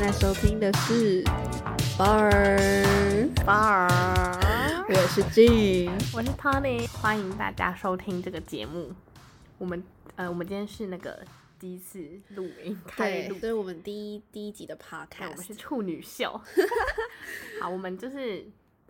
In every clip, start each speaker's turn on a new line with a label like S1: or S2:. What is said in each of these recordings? S1: 在收听的是 Bar，
S2: 宝，
S1: 我是 G。
S2: 我是 Tony，欢迎大家收听这个节目。我们呃，我们今天是那个第一次录音开
S1: 对，
S2: 录，
S1: 这是我们第一第一集的
S2: 对我们
S1: Podcast，
S2: 是处女秀。 好，我们就是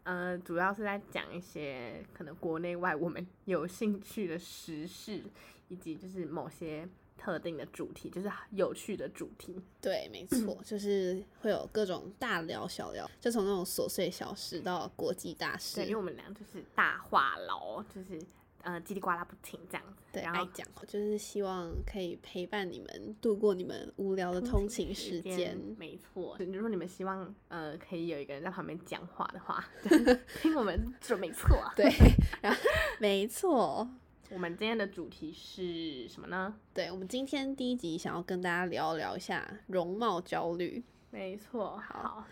S2: 呃，主要是在讲一些可能国内外我们有兴趣的时事，以及就是某些特定的主题，就是有趣的主题。
S1: 对，没 错，就是会有各种大聊小聊，就从那种琐碎小事到国际大事
S2: 对，因，为我们俩就是大话痨，就是呃叽里呱啦不停这样子。
S1: 对，
S2: 然后
S1: 爱讲话，就是希望可以陪伴你们度过你们无聊的通勤时间。
S2: 没错。如果你们希望呃可以有一个人在旁边讲话的话， 就是听我们准没错啊。
S1: 对， 然后没错，
S2: 我们今天的主题是什么呢？
S1: 对我们今天第一集想要跟大家聊聊一下容貌焦虑。
S2: 没错，好，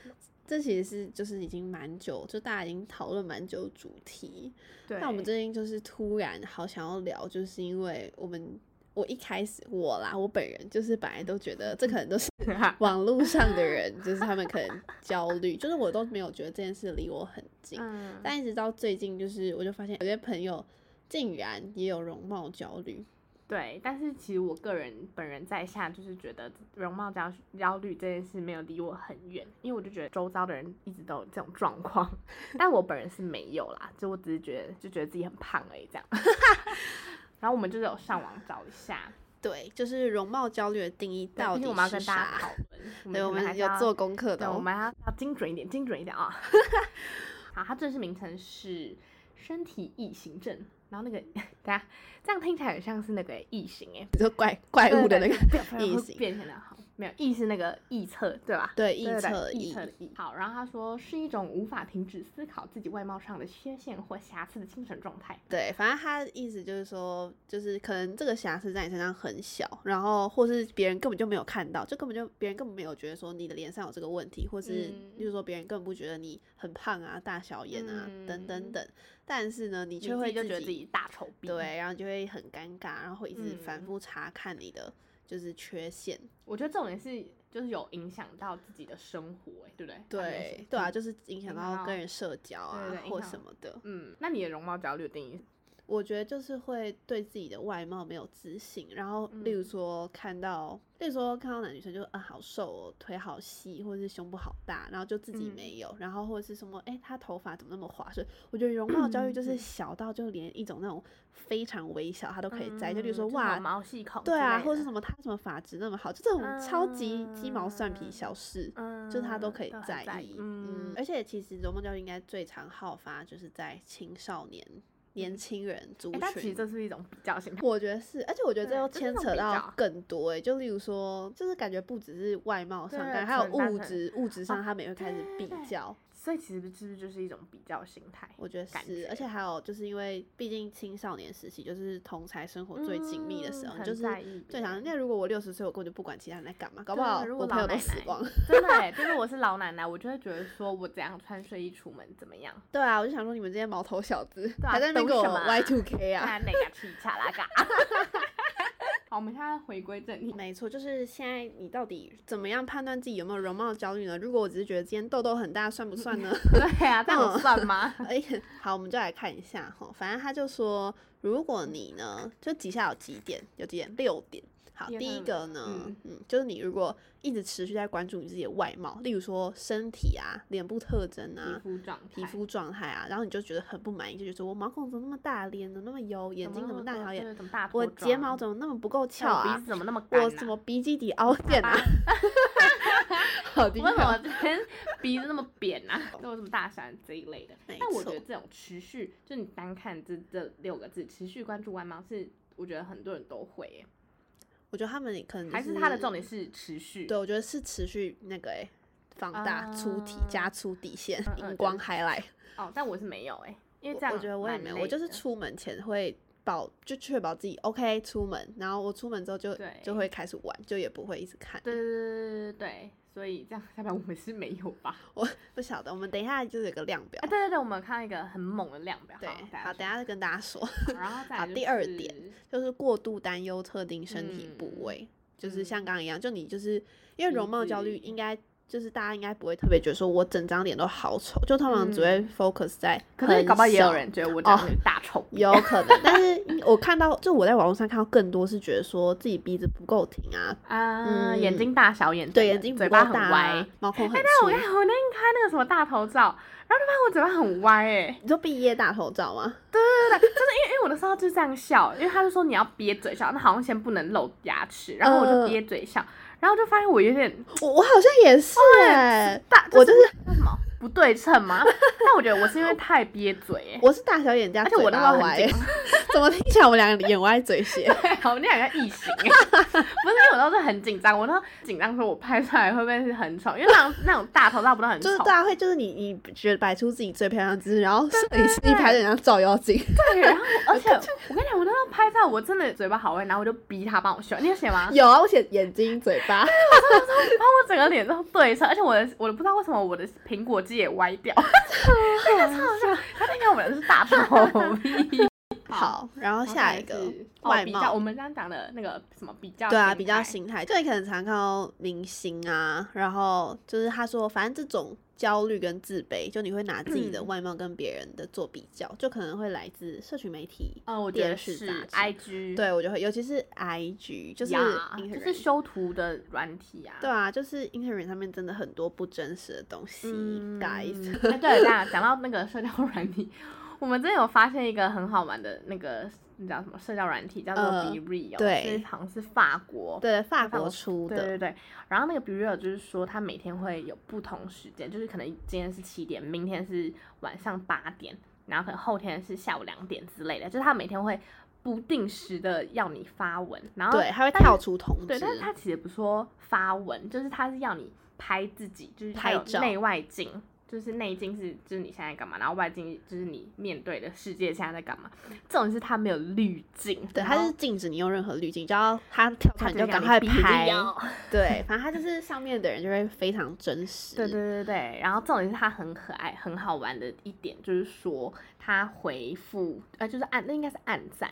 S1: 这其实是就是已经蛮久，就大家已经讨论蛮久的主题。
S2: 对。
S1: 那我们最近就是突然好想要聊，就是因为我们我一开始我啦，我本人就是本来都觉得这可能都 是网络上的人，就是他们可能焦虑，就是我都没有觉得这件事离我很近。
S2: 嗯，
S1: 但一直到最近，就是我就发现有些朋友竟然也有容貌焦虑。
S2: 对，但是其实我个人本人在下就是觉得容貌焦焦虑这件事没有离我很远，因为我就觉得周遭的人一直都有这种状况， 但我本人是没有啦，就我只是觉得就觉得自己很胖而已这样。 然后我们就是有上网找一下，
S1: 对，就是容貌焦虑的定义
S2: 对
S1: 到
S2: 毕
S1: 底
S2: 竟
S1: 是
S2: 我们要跟大家
S1: 啥
S2: 讨？ 论，
S1: 对，我
S2: 可能还
S1: 们
S2: 是
S1: 有
S2: 要
S1: 做功课的
S2: 对，
S1: 哦、
S2: 我们要要精准一点，精准一点啊、 好，它正式名称是身体异形症，然后那个 大家这样听起来很像是那个异形哎，
S1: 就怪怪物的那个
S2: 对对对不然
S1: 异
S2: 会
S1: 形
S2: 变成了好没有异是那个异侧对吧？
S1: 对
S2: 对
S1: 异
S2: 对对
S1: 侧
S2: 异
S1: 异
S2: 侧的异。好，然后他说是一种无法停止思考自己外貌上的缺陷或瑕疵的精神状态。
S1: 对，反正他的意思就是说，就是可能这个瑕疵在你身上很小，然后或是别人根本就没有看到，就根本就别人根本没有觉得说你的脸上有这个问题，或是
S2: 嗯
S1: 就是说别人根本不觉得你很胖啊、大小眼啊、等等
S2: 嗯
S1: 等，但是呢，你
S2: 你
S1: 却
S2: 自
S1: 会
S2: 己就觉得自己大丑逼。，
S1: 对，然后就会很尴尬，然后会一直反
S2: 嗯
S1: 复查看你的就是缺陷，
S2: 我觉得这种也是就是有影响到自己的生活哎，对不对？他们也
S1: 对
S2: 是
S1: 对啊，就是影响
S2: 影响
S1: 到
S2: 到
S1: 跟人社交啊
S2: 对对影
S1: 或
S2: 响
S1: 什么的。
S2: 嗯，那你的容貌焦虑的定义是
S1: 我觉得就是会对自己的外貌没有自信，然后例如
S2: 嗯
S1: 说看到，例如说看到男女生就啊好瘦哦，腿好细，或者是胸部好大，然后就自己
S2: 嗯
S1: 没有，然后或者是什么，哎、他头发怎么那么滑顺？我觉得容貌焦虑就是
S2: 嗯
S1: 小到就连一种那种非常微小，他都可以摘，就例如
S2: 嗯
S1: 说
S2: 是那种
S1: 哇。
S2: 毛细孔之类
S1: 对
S2: 的，
S1: 啊，或者是什么他怎么发质那么好，就这种超级鸡毛蒜皮
S2: 嗯
S1: 小事，
S2: 嗯，
S1: 就是他都可以
S2: 很
S1: 在
S2: 在
S1: 意，嗯
S2: 嗯，，
S1: 而且其实容貌焦虑应该最常好发就是在青少年、年轻人族
S2: 嗯诶但其实
S1: 群。
S2: 这是一种比较性，
S1: 我觉得是，而且我觉得这
S2: 对
S1: 又
S2: 这是
S1: 牵
S2: 一种
S1: 扯
S2: 比
S1: 到
S2: 较
S1: 更多哎、就例如说，就是感觉不只是外貌上，
S2: 对
S1: 感觉还有
S2: 承担
S1: 物
S2: 很
S1: 质，物质上他们也会开始
S2: 哦对
S1: 比
S2: 对对
S1: 较，
S2: 所以其实是不是就是一种比较心态？
S1: 我觉得
S2: 感
S1: 是，而
S2: 觉
S1: 且还有就是因为毕竟青少年时期就是同才生活最紧密的时候，你
S2: 嗯
S1: 就
S2: 很
S1: 是
S2: 在意
S1: 最
S2: 别
S1: 想。
S2: 人
S1: 那如果我六十岁，我根本就不管其他人在干嘛，搞不
S2: 对啊
S1: 好
S2: 如
S1: 我
S2: 果
S1: 朋
S2: 老
S1: 友都
S2: 奶
S1: 死
S2: 奶
S1: 光。
S2: 真的欸，就是我是老奶奶，我就会觉得说我怎样穿睡衣出门怎么 样，
S1: 对啊，我就想说你们这些毛头小子、
S2: 啊
S1: 还在那边
S2: 懂
S1: 给我
S2: 什么啊
S1: Y two K 啊！
S2: 那哪个去恰拉嘎？好，我们现在回归正题。
S1: 没错，就是现在你到底怎么样判断自己有没有容貌焦虑呢？如果我只是觉得今天痘痘很大，算不算呢？
S2: 对啊，这样有算吗？
S1: 哎， 好，我们就来看一下哈。反正他就说，如果你呢，就底下有几点，有几点，六点。好，
S2: 也
S1: 第一
S2: 很
S1: 个呢，嗯
S2: 嗯
S1: 就是你如果一直持续在关注你自己的外貌，例如说身体啊、脸部特征
S2: 皮
S1: 啊、
S2: 肤状态，
S1: 皮肤状态啊，然后你就觉得很不满意，就觉得说我毛孔怎么那么大，脸怎么那么油，眼睛怎么
S2: 那
S1: 大
S2: 么
S1: 条
S2: 多
S1: 眼，
S2: 对怎么大
S1: 我
S2: 坨
S1: 睫
S2: 妆
S1: 毛怎么那么不够翘
S2: 像我
S1: 啊？
S2: 鼻子怎么那么干、啊？
S1: 我怎么鼻基底凹陷啊？ 好低
S2: 我为什么
S1: 调。
S2: 今天鼻子那么扁啊？都有什么大小眼这一类的
S1: 没？
S2: 但我
S1: 错
S2: 觉得这种持续，就你单看这这六个字，持续关注外貌是。我觉得很多人都会耶，
S1: 我觉得他们也可能、
S2: 还
S1: 是
S2: 是它的重点是持续。
S1: 对，我觉得是持续那个哎、放大粗体、
S2: 啊
S1: 加粗底线、
S2: 嗯 嗯
S1: 荧光 highlight。
S2: 哦，但我是没有哎，因为这样
S1: 我觉得我也没有，
S2: 蛮
S1: 我就
S2: 累
S1: 是
S2: 的
S1: 出门前会保就确保自己 OK 出门，然后我出门之后就
S2: 对
S1: 就会开始玩，就也不会一直看。
S2: 对对对对对对，所以这样下面我们是没有吧？
S1: 我不晓得，我们等一下就是有个量表
S2: 啊，。对对对，我们有看到一个很猛的量表，
S1: 对，好，
S2: 好，
S1: 等一下再跟大家说。
S2: 下去好然后再来
S1: 好
S2: 就
S1: 第二
S2: 是
S1: 点就是过度担忧特定身体部
S2: 嗯
S1: 位，就是像
S2: 嗯
S1: 刚刚一样，就你就是因为容貌焦虑，
S2: 体质
S1: 应该就是大家应该不会特别觉得说我整张脸都好丑，就通常只会
S2: 嗯
S1: focus 在
S2: 可是搞不好也有
S1: 很小
S2: 人觉得我
S1: 哦
S2: 长得大丑逼，
S1: 有可能，但是我看到，就我在网络上看到更多是觉得说自己鼻子不够挺啊，
S2: 啊，
S1: 嗯
S2: 眼睛大小眼，
S1: 对，眼睛不
S2: 嘴
S1: 够
S2: 巴很
S1: 大、啊
S2: 歪。，
S1: 毛孔很
S2: 哎，但我
S1: 粗。
S2: 看我那天看那个什么大头照，然后就发现我嘴巴很歪哎。
S1: 你说毕业大头照吗？
S2: 因为我那时候就这样笑，因为他就说你要憋嘴笑，那好像先不能露牙齿，然后我就
S1: 嗯
S2: 憋嘴笑，然后就发现我有点
S1: 我我好像也
S2: 哦
S1: 是哎、
S2: 大，
S1: 我就是
S2: 叫什么不对称吗？但我觉得我是因为太憋嘴、欸，
S1: 我是大小眼加
S2: 而且
S1: 嘴
S2: 我那时
S1: 巴
S2: 候很
S1: 歪
S2: 紧，
S1: 怎么听起来我们两个眼歪嘴斜？
S2: 我们俩像异形、欸，不是因为我当时很紧张，我当时紧张说我拍出来会不会是很丑，因为那种那种大头照不都很
S1: 就
S2: 丑
S1: 是大，家会就是你你觉得摆出自己最漂亮的姿势，然后摄影师
S2: 对
S1: 一拍就像照妖 镜，
S2: 对， 然后我而且我跟你讲，我那时候拍照我真的嘴巴好歪，然后我就逼他帮我修，你有写吗？
S1: 有啊，我写眼睛嘴 巴，
S2: 然后我整个脸都对称，而且我的我都不知道为什么我的苹果肌也歪掉， 他那个我们是大头皮。
S1: 好，然后
S2: 然后
S1: 下一个
S2: 再来是哦
S1: 外
S2: 比较
S1: 貌
S2: 我，们刚刚讲的那个什么比较，
S1: 对啊，比较。心态，就你可能常看到明星啊，然后就是他说，反正这种焦虑跟自卑，就你会拿自己的
S2: 嗯
S1: 外貌跟别人的做比较，就可能会来自社群媒体。
S2: 嗯，我觉得
S1: 电视
S2: 是
S1: 杂
S2: I G，，
S1: 对我就会，尤其是 IG，就是
S2: 呀就
S1: Instagram，
S2: 是修图的软体啊。
S1: 对啊，就是 Instagram 上面真的很多不真实的东西、
S2: 嗯
S1: g u y s
S2: 哎，对，大家讲到那个社交软体，我们真的有发现一个很好玩的那个，你知道什么社交软体叫做
S1: 呃
S2: b e r e a
S1: 对
S2: 是好像是法国，
S1: 对，法
S2: 法
S1: 国
S2: 国
S1: 出
S2: 对对
S1: 的，
S2: 对，然后那个 b u r e a 就是说，它每天会有不同时间，就是可能今天是七点，明天是晚上八点，然后可能后天是下午两点之类的，就是它每天会不定时的要你发文，然后
S1: 对，它会
S2: 但是
S1: 跳出通知。
S2: 对，但是它其实不是说发文，就是它是要你拍自己，就是它
S1: 拍
S2: 有
S1: 照
S2: 内外镜。就是内镜是就是你现在干嘛，然后外镜就是你面对的世界现在在干嘛。这种是它没有滤镜，
S1: 对，
S2: 然
S1: 它
S2: 后
S1: 是禁止你用任何滤镜，只要它跳出
S2: 它
S1: 来你
S2: 直接
S1: 就赶
S2: 讲你
S1: 快
S2: 逼不
S1: 拍。
S2: 要
S1: 对，反正它就是上面的人就会非常真实。
S2: 对对对对，然后重点是他很可爱、很好玩的一点，就是说他回复，呃，就是按那应该是按赞，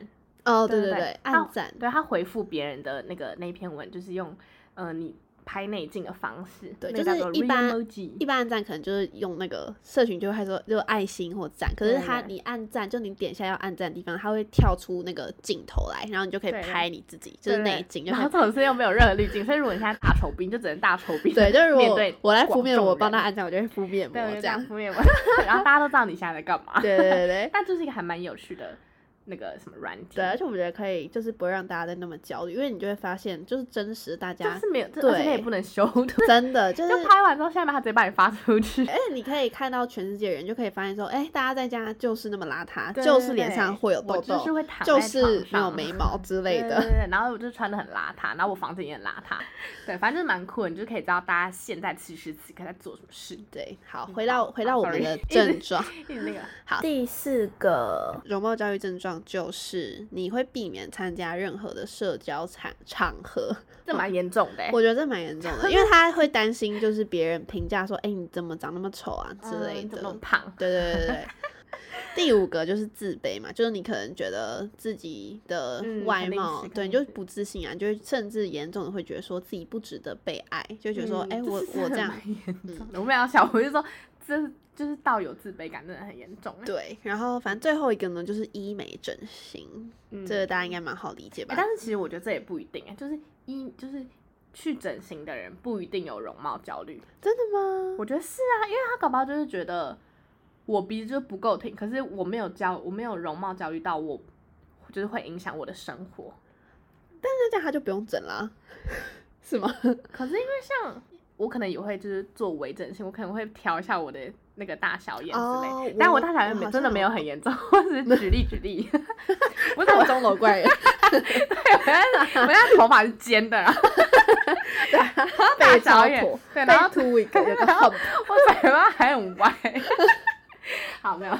S1: 哦，对
S2: 对
S1: 对
S2: 对
S1: 对，
S2: 它
S1: 暗赞，
S2: 对他回复别人的那个那篇文，就是用呃你拍内镜的方式，
S1: 对
S2: 那
S1: 就
S2: 叫
S1: 是
S2: 做
S1: 一般
S2: Reemoji
S1: 一般暗赞可能就是用那个社群就会说就爱心或赞，可是
S2: 对
S1: 它
S2: 对
S1: 你按赞就你点下要按赞的地方，它会跳出那个镜头来，然后你就可以
S2: 对对
S1: 拍你自己，就
S2: 对
S1: 是
S2: 对
S1: 内
S2: 对
S1: 镜，就
S2: 然
S1: 可
S2: 后
S1: 以
S2: 这种是又没有任何滤镜，所以如果你现在大丑逼，你就只能大丑逼。
S1: 对，就是如
S2: 面
S1: 果
S2: 对
S1: 我来敷
S2: 广
S1: 面
S2: 众
S1: 膜，我帮他
S2: 人
S1: 按赞，我就会敷面膜
S2: 对对
S1: 这样。
S2: 敷面膜，然后大家都知道你现在在干嘛。
S1: 对对对对。
S2: 但就是一个还蛮有趣的那个什么软体，
S1: 对，而且我觉得可以，就是不会让大家再那么焦虑，因为你就会发现，就是真实大
S2: 就
S1: 家
S2: 是没有，这而且它也
S1: 对
S2: 不能修图，
S1: 真的就是
S2: 就拍完之后，下面他直接把你发出去。
S1: 而且你可以看到全世界人，就可以发现说，哎、大家在家就是那么邋遢，
S2: 对
S1: 就
S2: 对
S1: 是脸上
S2: 对
S1: 会有痘
S2: 我就是
S1: 痘，
S2: 会躺
S1: 就
S2: 在
S1: 是
S2: 床
S1: 没有
S2: 上
S1: 眉毛之类
S2: 对对
S1: 的。
S2: 对，然后我就穿的很邋遢，然后我房间也很邋遢，对，反正就是蛮酷的，你就可以知道大家现在此时此刻在做什么事。
S1: 对，好，
S2: 嗯
S1: 回到
S2: 好
S1: 回
S2: 好
S1: 到我们
S2: ，sorry
S1: 的
S2: 一直
S1: 症状，
S2: 一直 那个
S1: 好
S2: 第四个，
S1: 容貌焦虑症状就是你会避免参加任何的社交场场合，
S2: 这蛮严重的欸，
S1: 我觉得这蛮严重的，因为他会担心就是别人评价说，哎、你怎么长那么丑啊之
S2: 嗯
S1: 类
S2: 你
S1: 的。
S2: 怎么那么胖？
S1: 对对对对对。第五个就是自卑嘛，就是你可能觉得自己的
S2: 嗯
S1: 外
S2: 肯定
S1: 貌，
S2: 是肯
S1: 对，你
S2: 定
S1: 就是不自信啊，你就会甚至严重的会觉得说自己不值得被爱，就觉得说，
S2: 嗯
S1: 哎、我
S2: 是
S1: 我
S2: 真的
S1: 这样，嗯
S2: 蛮严重的，我们要想，我就说这是就是到有自卑感，真的很严重欸。
S1: 对。然后反正最后一个呢，就是医美整形，
S2: 嗯
S1: 这个大家应该蛮好理解吧
S2: 欸？但是其实我觉得这也不一定哎，就是一就是去整形的人不一定有容貌焦虑，
S1: 真的吗？
S2: 我觉得是啊，因为他搞不好就是觉得我鼻子就不够挺，可是我没有焦，我没有容貌焦虑到我，就是会影响我的生活。
S1: 那这样他就不用整啦，是吗？
S2: 可是因为像我可能也会就是做微整形，我可能会调一下我的那个大小眼之类，
S1: 哦
S2: 但
S1: 我
S2: 我大小眼
S1: 我
S2: 没
S1: 好
S2: 真的
S1: 像
S2: 没有很严重，我只是举例举例。 不 是我，
S1: 钟楼怪人，
S2: 我现在头发是尖的，然后大
S1: 被
S2: 小
S1: 超
S2: 眼
S1: 破，
S2: 对，然后
S1: 被秃一个，有个
S2: 然后
S1: hump
S2: 我嘴巴还很歪。好，没有，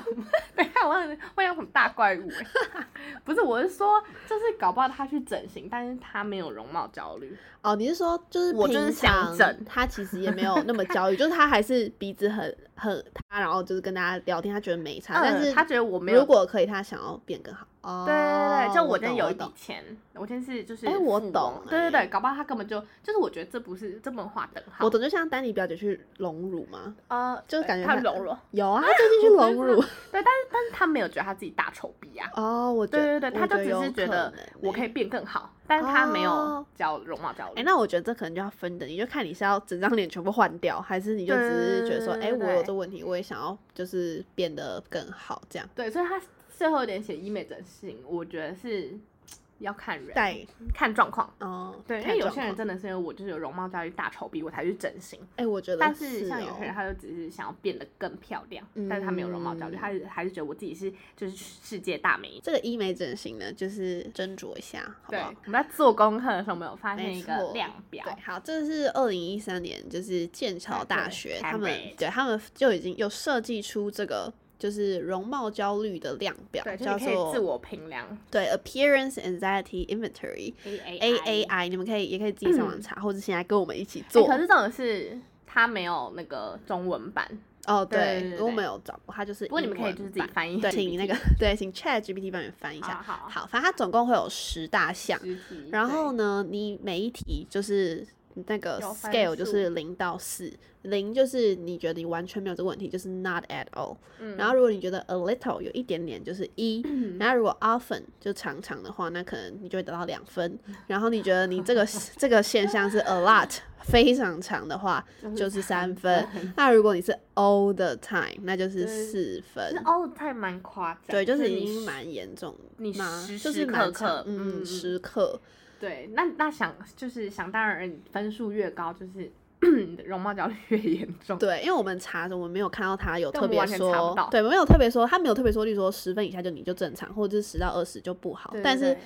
S2: 等一下我很会养什么大怪物、欸？ 不是，我是说，就是搞不好他去整形，但是他没有容貌焦虑。
S1: 哦，你是说就是
S2: 我就是
S1: 平
S2: 想
S1: 常
S2: 整
S1: 他其实也没有那么焦虑，就是他还是鼻子很很他，然后就是跟大家聊天，他觉得没差，
S2: 嗯
S1: 但是
S2: 他觉得我没有
S1: 如果可以，他想要变更好。哦，
S2: 对对对，就我真
S1: 懂
S2: 的有
S1: 我
S2: 一笔
S1: 懂
S2: 钱，我真是就是
S1: 哎我
S2: 富翁
S1: 懂
S2: 对对
S1: 哎
S2: 对，搞不好他根本就就是我觉得这不是这不能划等号，
S1: 我懂，就像丹尼表姐去隆乳嘛，
S2: 呃，
S1: 就感觉
S2: 他
S1: 他
S2: 柔弱，
S1: 有啊，他最近去
S2: 我真
S1: 隆乳。
S2: 对，但是但是他没有觉得他自己大丑逼啊，
S1: 哦，我觉得
S2: 对对对，
S1: 我
S2: 他就只
S1: 有
S2: 是觉
S1: 可
S2: 得
S1: 能
S2: 我
S1: 欸
S2: 可以变更好，但是他没有
S1: 哦
S2: 教容貌焦
S1: 哎、
S2: 虑。
S1: 那我觉得这可能就要分等级，就看你是要整张脸全部换掉，还是你就只是觉得说，哎、
S2: 对对对
S1: 我有这问题，我也想要就是变得更好，这样
S2: 对，所以他最后有点写医美整形，我觉得是要看人，
S1: 带
S2: 看状况。
S1: 哦，
S2: 对，因
S1: 看
S2: 为有
S1: 状
S2: 些人
S1: 况
S2: 真的是因为我就是有容貌焦虑、大丑逼，我才去整形。
S1: 哎、我觉得
S2: 但
S1: 是
S2: 是像有些人，
S1: 哦
S2: 他就只是想要变得更漂亮，但是他没有容貌焦虑，
S1: 嗯
S2: 他是还是觉得我自己是就是世界大美。
S1: 这个医美整形呢，就是斟酌一下，好不
S2: 对
S1: 好？，
S2: 我们在做功课的时候，我们有发现
S1: 没
S2: 一个
S1: 错
S2: 量表
S1: 对，，好，这是二零一三年，就是剑桥大学
S2: 对
S1: 他们
S2: Cambridge
S1: 对他们就已经有设计出这个就是容貌焦虑的量表，
S2: 对，就
S1: 叫
S2: 是可以自
S1: 做
S2: 我评量
S1: 对 Appearance Anxiety Inventory。
S2: A A
S1: A A I，你们可以也可以自己上网查，或者现在跟我们一起做。
S2: 欸可是这种是它没有那个中文版，
S1: 哦，
S2: 对对
S1: 对
S2: 对，对
S1: 我没有找过，它就是
S2: 不过你们
S1: 英
S2: 可以
S1: 文
S2: 就是自己
S1: 版
S2: 翻译
S1: 对，
S2: GPT
S1: 请那个对，请 Chat GPT 帮你们翻译一下。
S2: 好好
S1: 好，反正它总共会有十大项，
S2: 实体。
S1: 然后
S2: 对
S1: 呢，你每一题就是那个
S2: 有分
S1: scale 就
S2: 数
S1: 是零到四，零就是你觉得你完全没有这个问题，就是 not at all。
S2: 嗯
S1: 然后如果你觉得 a little 有一点点，就是 一。然后如果 often 就常常的话，那可能你就会得到两 分。然后你觉得你这个这个现象是 a lot 非常长的 话，就是三分。那如果你是 all the time，那就是
S2: 对
S1: 四
S2: 其实
S1: 分。
S2: 哦，太蛮夸张，
S1: 对，就是已
S2: 你
S1: 经蛮严重
S2: 你
S1: 嘛，
S2: 时
S1: 就
S2: 时
S1: 是蛮
S2: 刻刻
S1: 长
S2: 嗯
S1: 嗯，
S2: 嗯
S1: 时刻。
S2: 对。那那想就是想当然，你分数越高，就是 你的容貌焦虑越严重。
S1: 对，因为我们查着，我们没有看到他有
S2: 对
S1: 特
S2: 我们
S1: 别
S2: 完全查不
S1: 说
S2: 到，
S1: 对，没有特别说，他没有特别说，例如说十分以下就你就正常，或者是十到二十就不好
S2: 对，。
S1: 但
S2: 对
S1: 是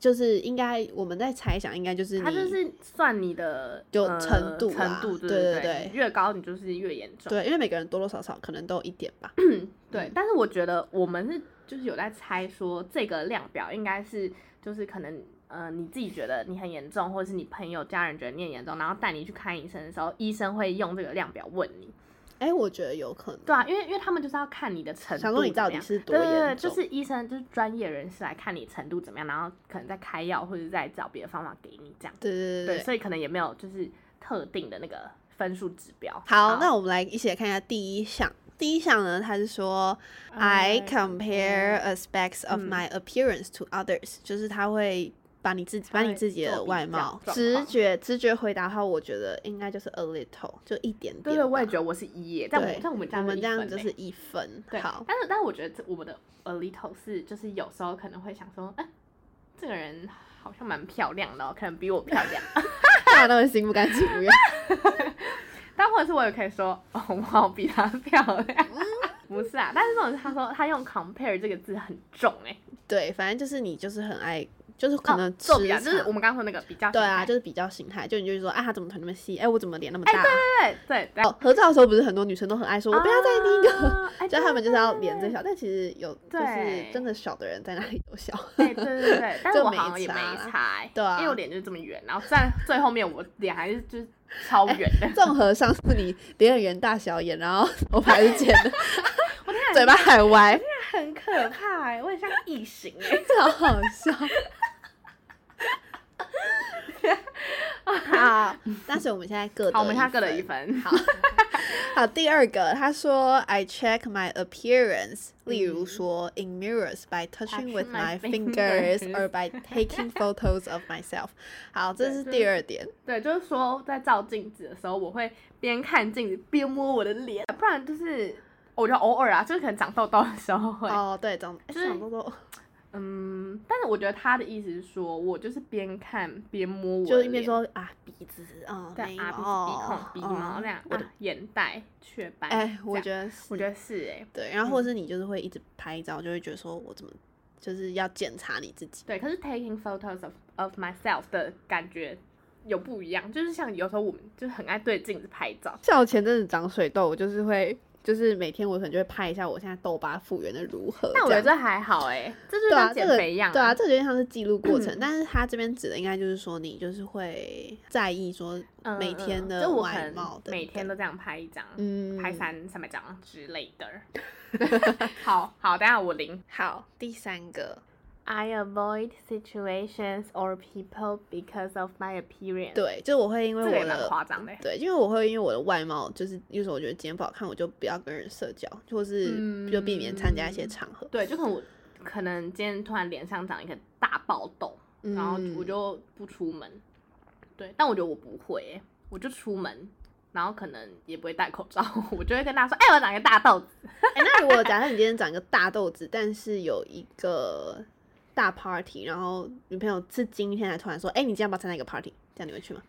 S1: 就是应该我们在猜想，应该就是
S2: 对
S1: 你
S2: 它就是算你的
S1: 就
S2: 呃
S1: 程度啦
S2: 程度对
S1: 对
S2: 对
S1: 对对
S2: 越高你就是越严重。
S1: 对，因为嗯每个人多多少少可能都有一点吧。
S2: 嗯对，但是我觉得我们是就是有在猜说这个量表应该是就是可能呃你自己觉得你很严重，或者是你朋友家人觉得你很严重，然后带你去看医生的时候，医生会用这个量表问你，
S1: 哎、我觉得有可能。
S2: 对啊，因为因为他们就是要看你的程度
S1: 想
S2: 怎么样，
S1: 说你到底是多
S2: 对对对，
S1: 严
S2: 就
S1: 重？
S2: 是医生就是专业人士来看你程度怎么样，然后可能再开药或者再找别的方法给你这样，
S1: 对对对对。
S2: 所以可能也没有就是特定的那个分数指标。
S1: 好，那我们来一起来看一下第一项。第一项呢，它是说 I compare aspects of
S2: 啊嗯
S1: my appearance to others，、就是它会把你自己把
S2: 它
S1: 你
S2: 会
S1: 自己的
S2: 做比
S1: 外
S2: 较
S1: 貌
S2: 状
S1: 直
S2: 况
S1: 觉直觉回答的话，我觉得应该就是 a little，就一点点吧。
S2: 对对，我也觉得我是一耶，但我
S1: 对
S2: 但我们这
S1: 我
S2: 样
S1: 们
S2: 一
S1: 这样
S2: 分
S1: 就
S2: 欸
S1: 是一分。
S2: 对，
S1: 好，
S2: 但是但是我觉得这我们的 a little 是就是有时候可能会想说，哎、这个人好像蛮漂亮的、哦，可能比我漂亮。
S1: 大家都会心不甘情不愿。
S2: 但或者是我也可以说，哦，我好比她 漂亮。
S1: 嗯
S2: 不是啊，但是这种他说他用 compare 这个字很重哎、
S1: 对，反正就是你就是很爱，就是可能
S2: 哦做比
S1: 职
S2: 较，就是
S1: 场
S2: 我们刚刚说那个比较
S1: 对
S2: 心
S1: 啊，
S2: 态
S1: 就是比较心态，就你就会说啊，他怎么腿那么细？哎、我怎么脸那么
S2: 哎
S1: 大？
S2: 对啊对对，
S1: 哦，合照的时候不是很多女生都很爱说，我不要再第一个。
S2: 啊，哎
S1: 就他们就是要脸最。
S2: 对
S1: 小，但其实有就是
S2: 对
S1: 真的小的人在哪里都小。
S2: 对对对对对，但是
S1: 就
S2: 我
S1: 没
S2: 好像也没
S1: 差
S2: 差欸，
S1: 对啊
S2: 因为我脸就是这么圆，然后在最后面我脸还是就是超
S1: 哎
S2: 圆 的，
S1: 综合上是你脸很圆、大小眼，然后头发还是尖的，
S2: 我天啊
S1: 嘴巴还歪，
S2: 很可怕哎、我很像异形哎、
S1: 超好笑。好，但 是我们现在各得
S2: 好，我们现在各得
S1: 分
S2: 一分。
S1: 好， 好，第二个，他说 I check my appearance，例如说 in mirrors by touching with
S2: 嗯 Touching
S1: my
S2: my
S1: fingers or
S2: fingers
S1: by taking photos of myself。好，这
S2: 对
S1: 是
S2: 这
S1: 第二点。
S2: 对，就是说在照镜子的时候，我会边看镜子边摸我的脸，不然就是我觉得偶尔啊，就是可能长痘痘的时候会，
S1: 哦，对，长哎
S2: 就是
S1: 长痘痘，
S2: 嗯，但是我觉得他的意思是说我就是边看边摸我的
S1: 就是一边
S2: 脸。
S1: 说啊鼻子啊
S2: 对
S1: 眉
S2: 啊，
S1: 毛
S2: 鼻子、鼻孔、鼻毛
S1: 嗯
S2: 那样，
S1: 我
S2: 我
S1: 的
S2: 的眼袋、雀斑，
S1: 哎，我
S2: 这样
S1: 觉得
S2: 我
S1: 得
S2: 觉得是哎，
S1: 对，然后或者是你就是会一直拍照，就会觉得说我怎么就是要检查你自己。
S2: 对，可是 taking photos of of myself 的感觉有不一样，就是像有时候我们就很爱对镜子拍照，
S1: 像我前阵子长水痘，我就是会就是每天我可能就会拍一下我现在痘疤复原的如何。
S2: 但我觉
S1: 这
S2: 得
S1: 样
S2: 这还好哎、这就
S1: 对
S2: 像
S1: 啊，
S2: 减
S1: 这个
S2: 肥一样、嗯
S1: 对啊，，这有点像是记录过程，但是他这边指的应该就是说你就是会在意说
S2: 嗯
S1: 每天
S2: 嗯
S1: 的
S2: 就我
S1: 外
S2: 可能
S1: 貌等
S2: 每天
S1: 等
S2: 都这样拍一张，
S1: 嗯
S2: 拍三三百张啊之类的。 好好，等一下我零。
S1: 好，第三个
S2: I avoid situations or people because of my appearance。，
S1: 对，就我会因为
S2: 这个也
S1: 我
S2: 蛮
S1: 的
S2: 夸张的欸。
S1: 对，因为我会因为我的外貌，就是有时候我觉得今天不好看，我就不要跟人社交，或是就避免参加一些
S2: 嗯
S1: 场合。
S2: 对，就可能我可能今天突然脸上长一个大爆痘，
S1: 嗯
S2: 然后我就不出门。对，但我觉得我不会欸、我就出门，然后可能也不会戴口罩， 我就会跟大家说：“哎、我长一个大痘子。
S1: 哎、那如果假设你今天长一个大豆子，但是有一个大 party，然后女朋友是今天才突然说，哎、你今天要不要参加一个 party？这样你会去吗？”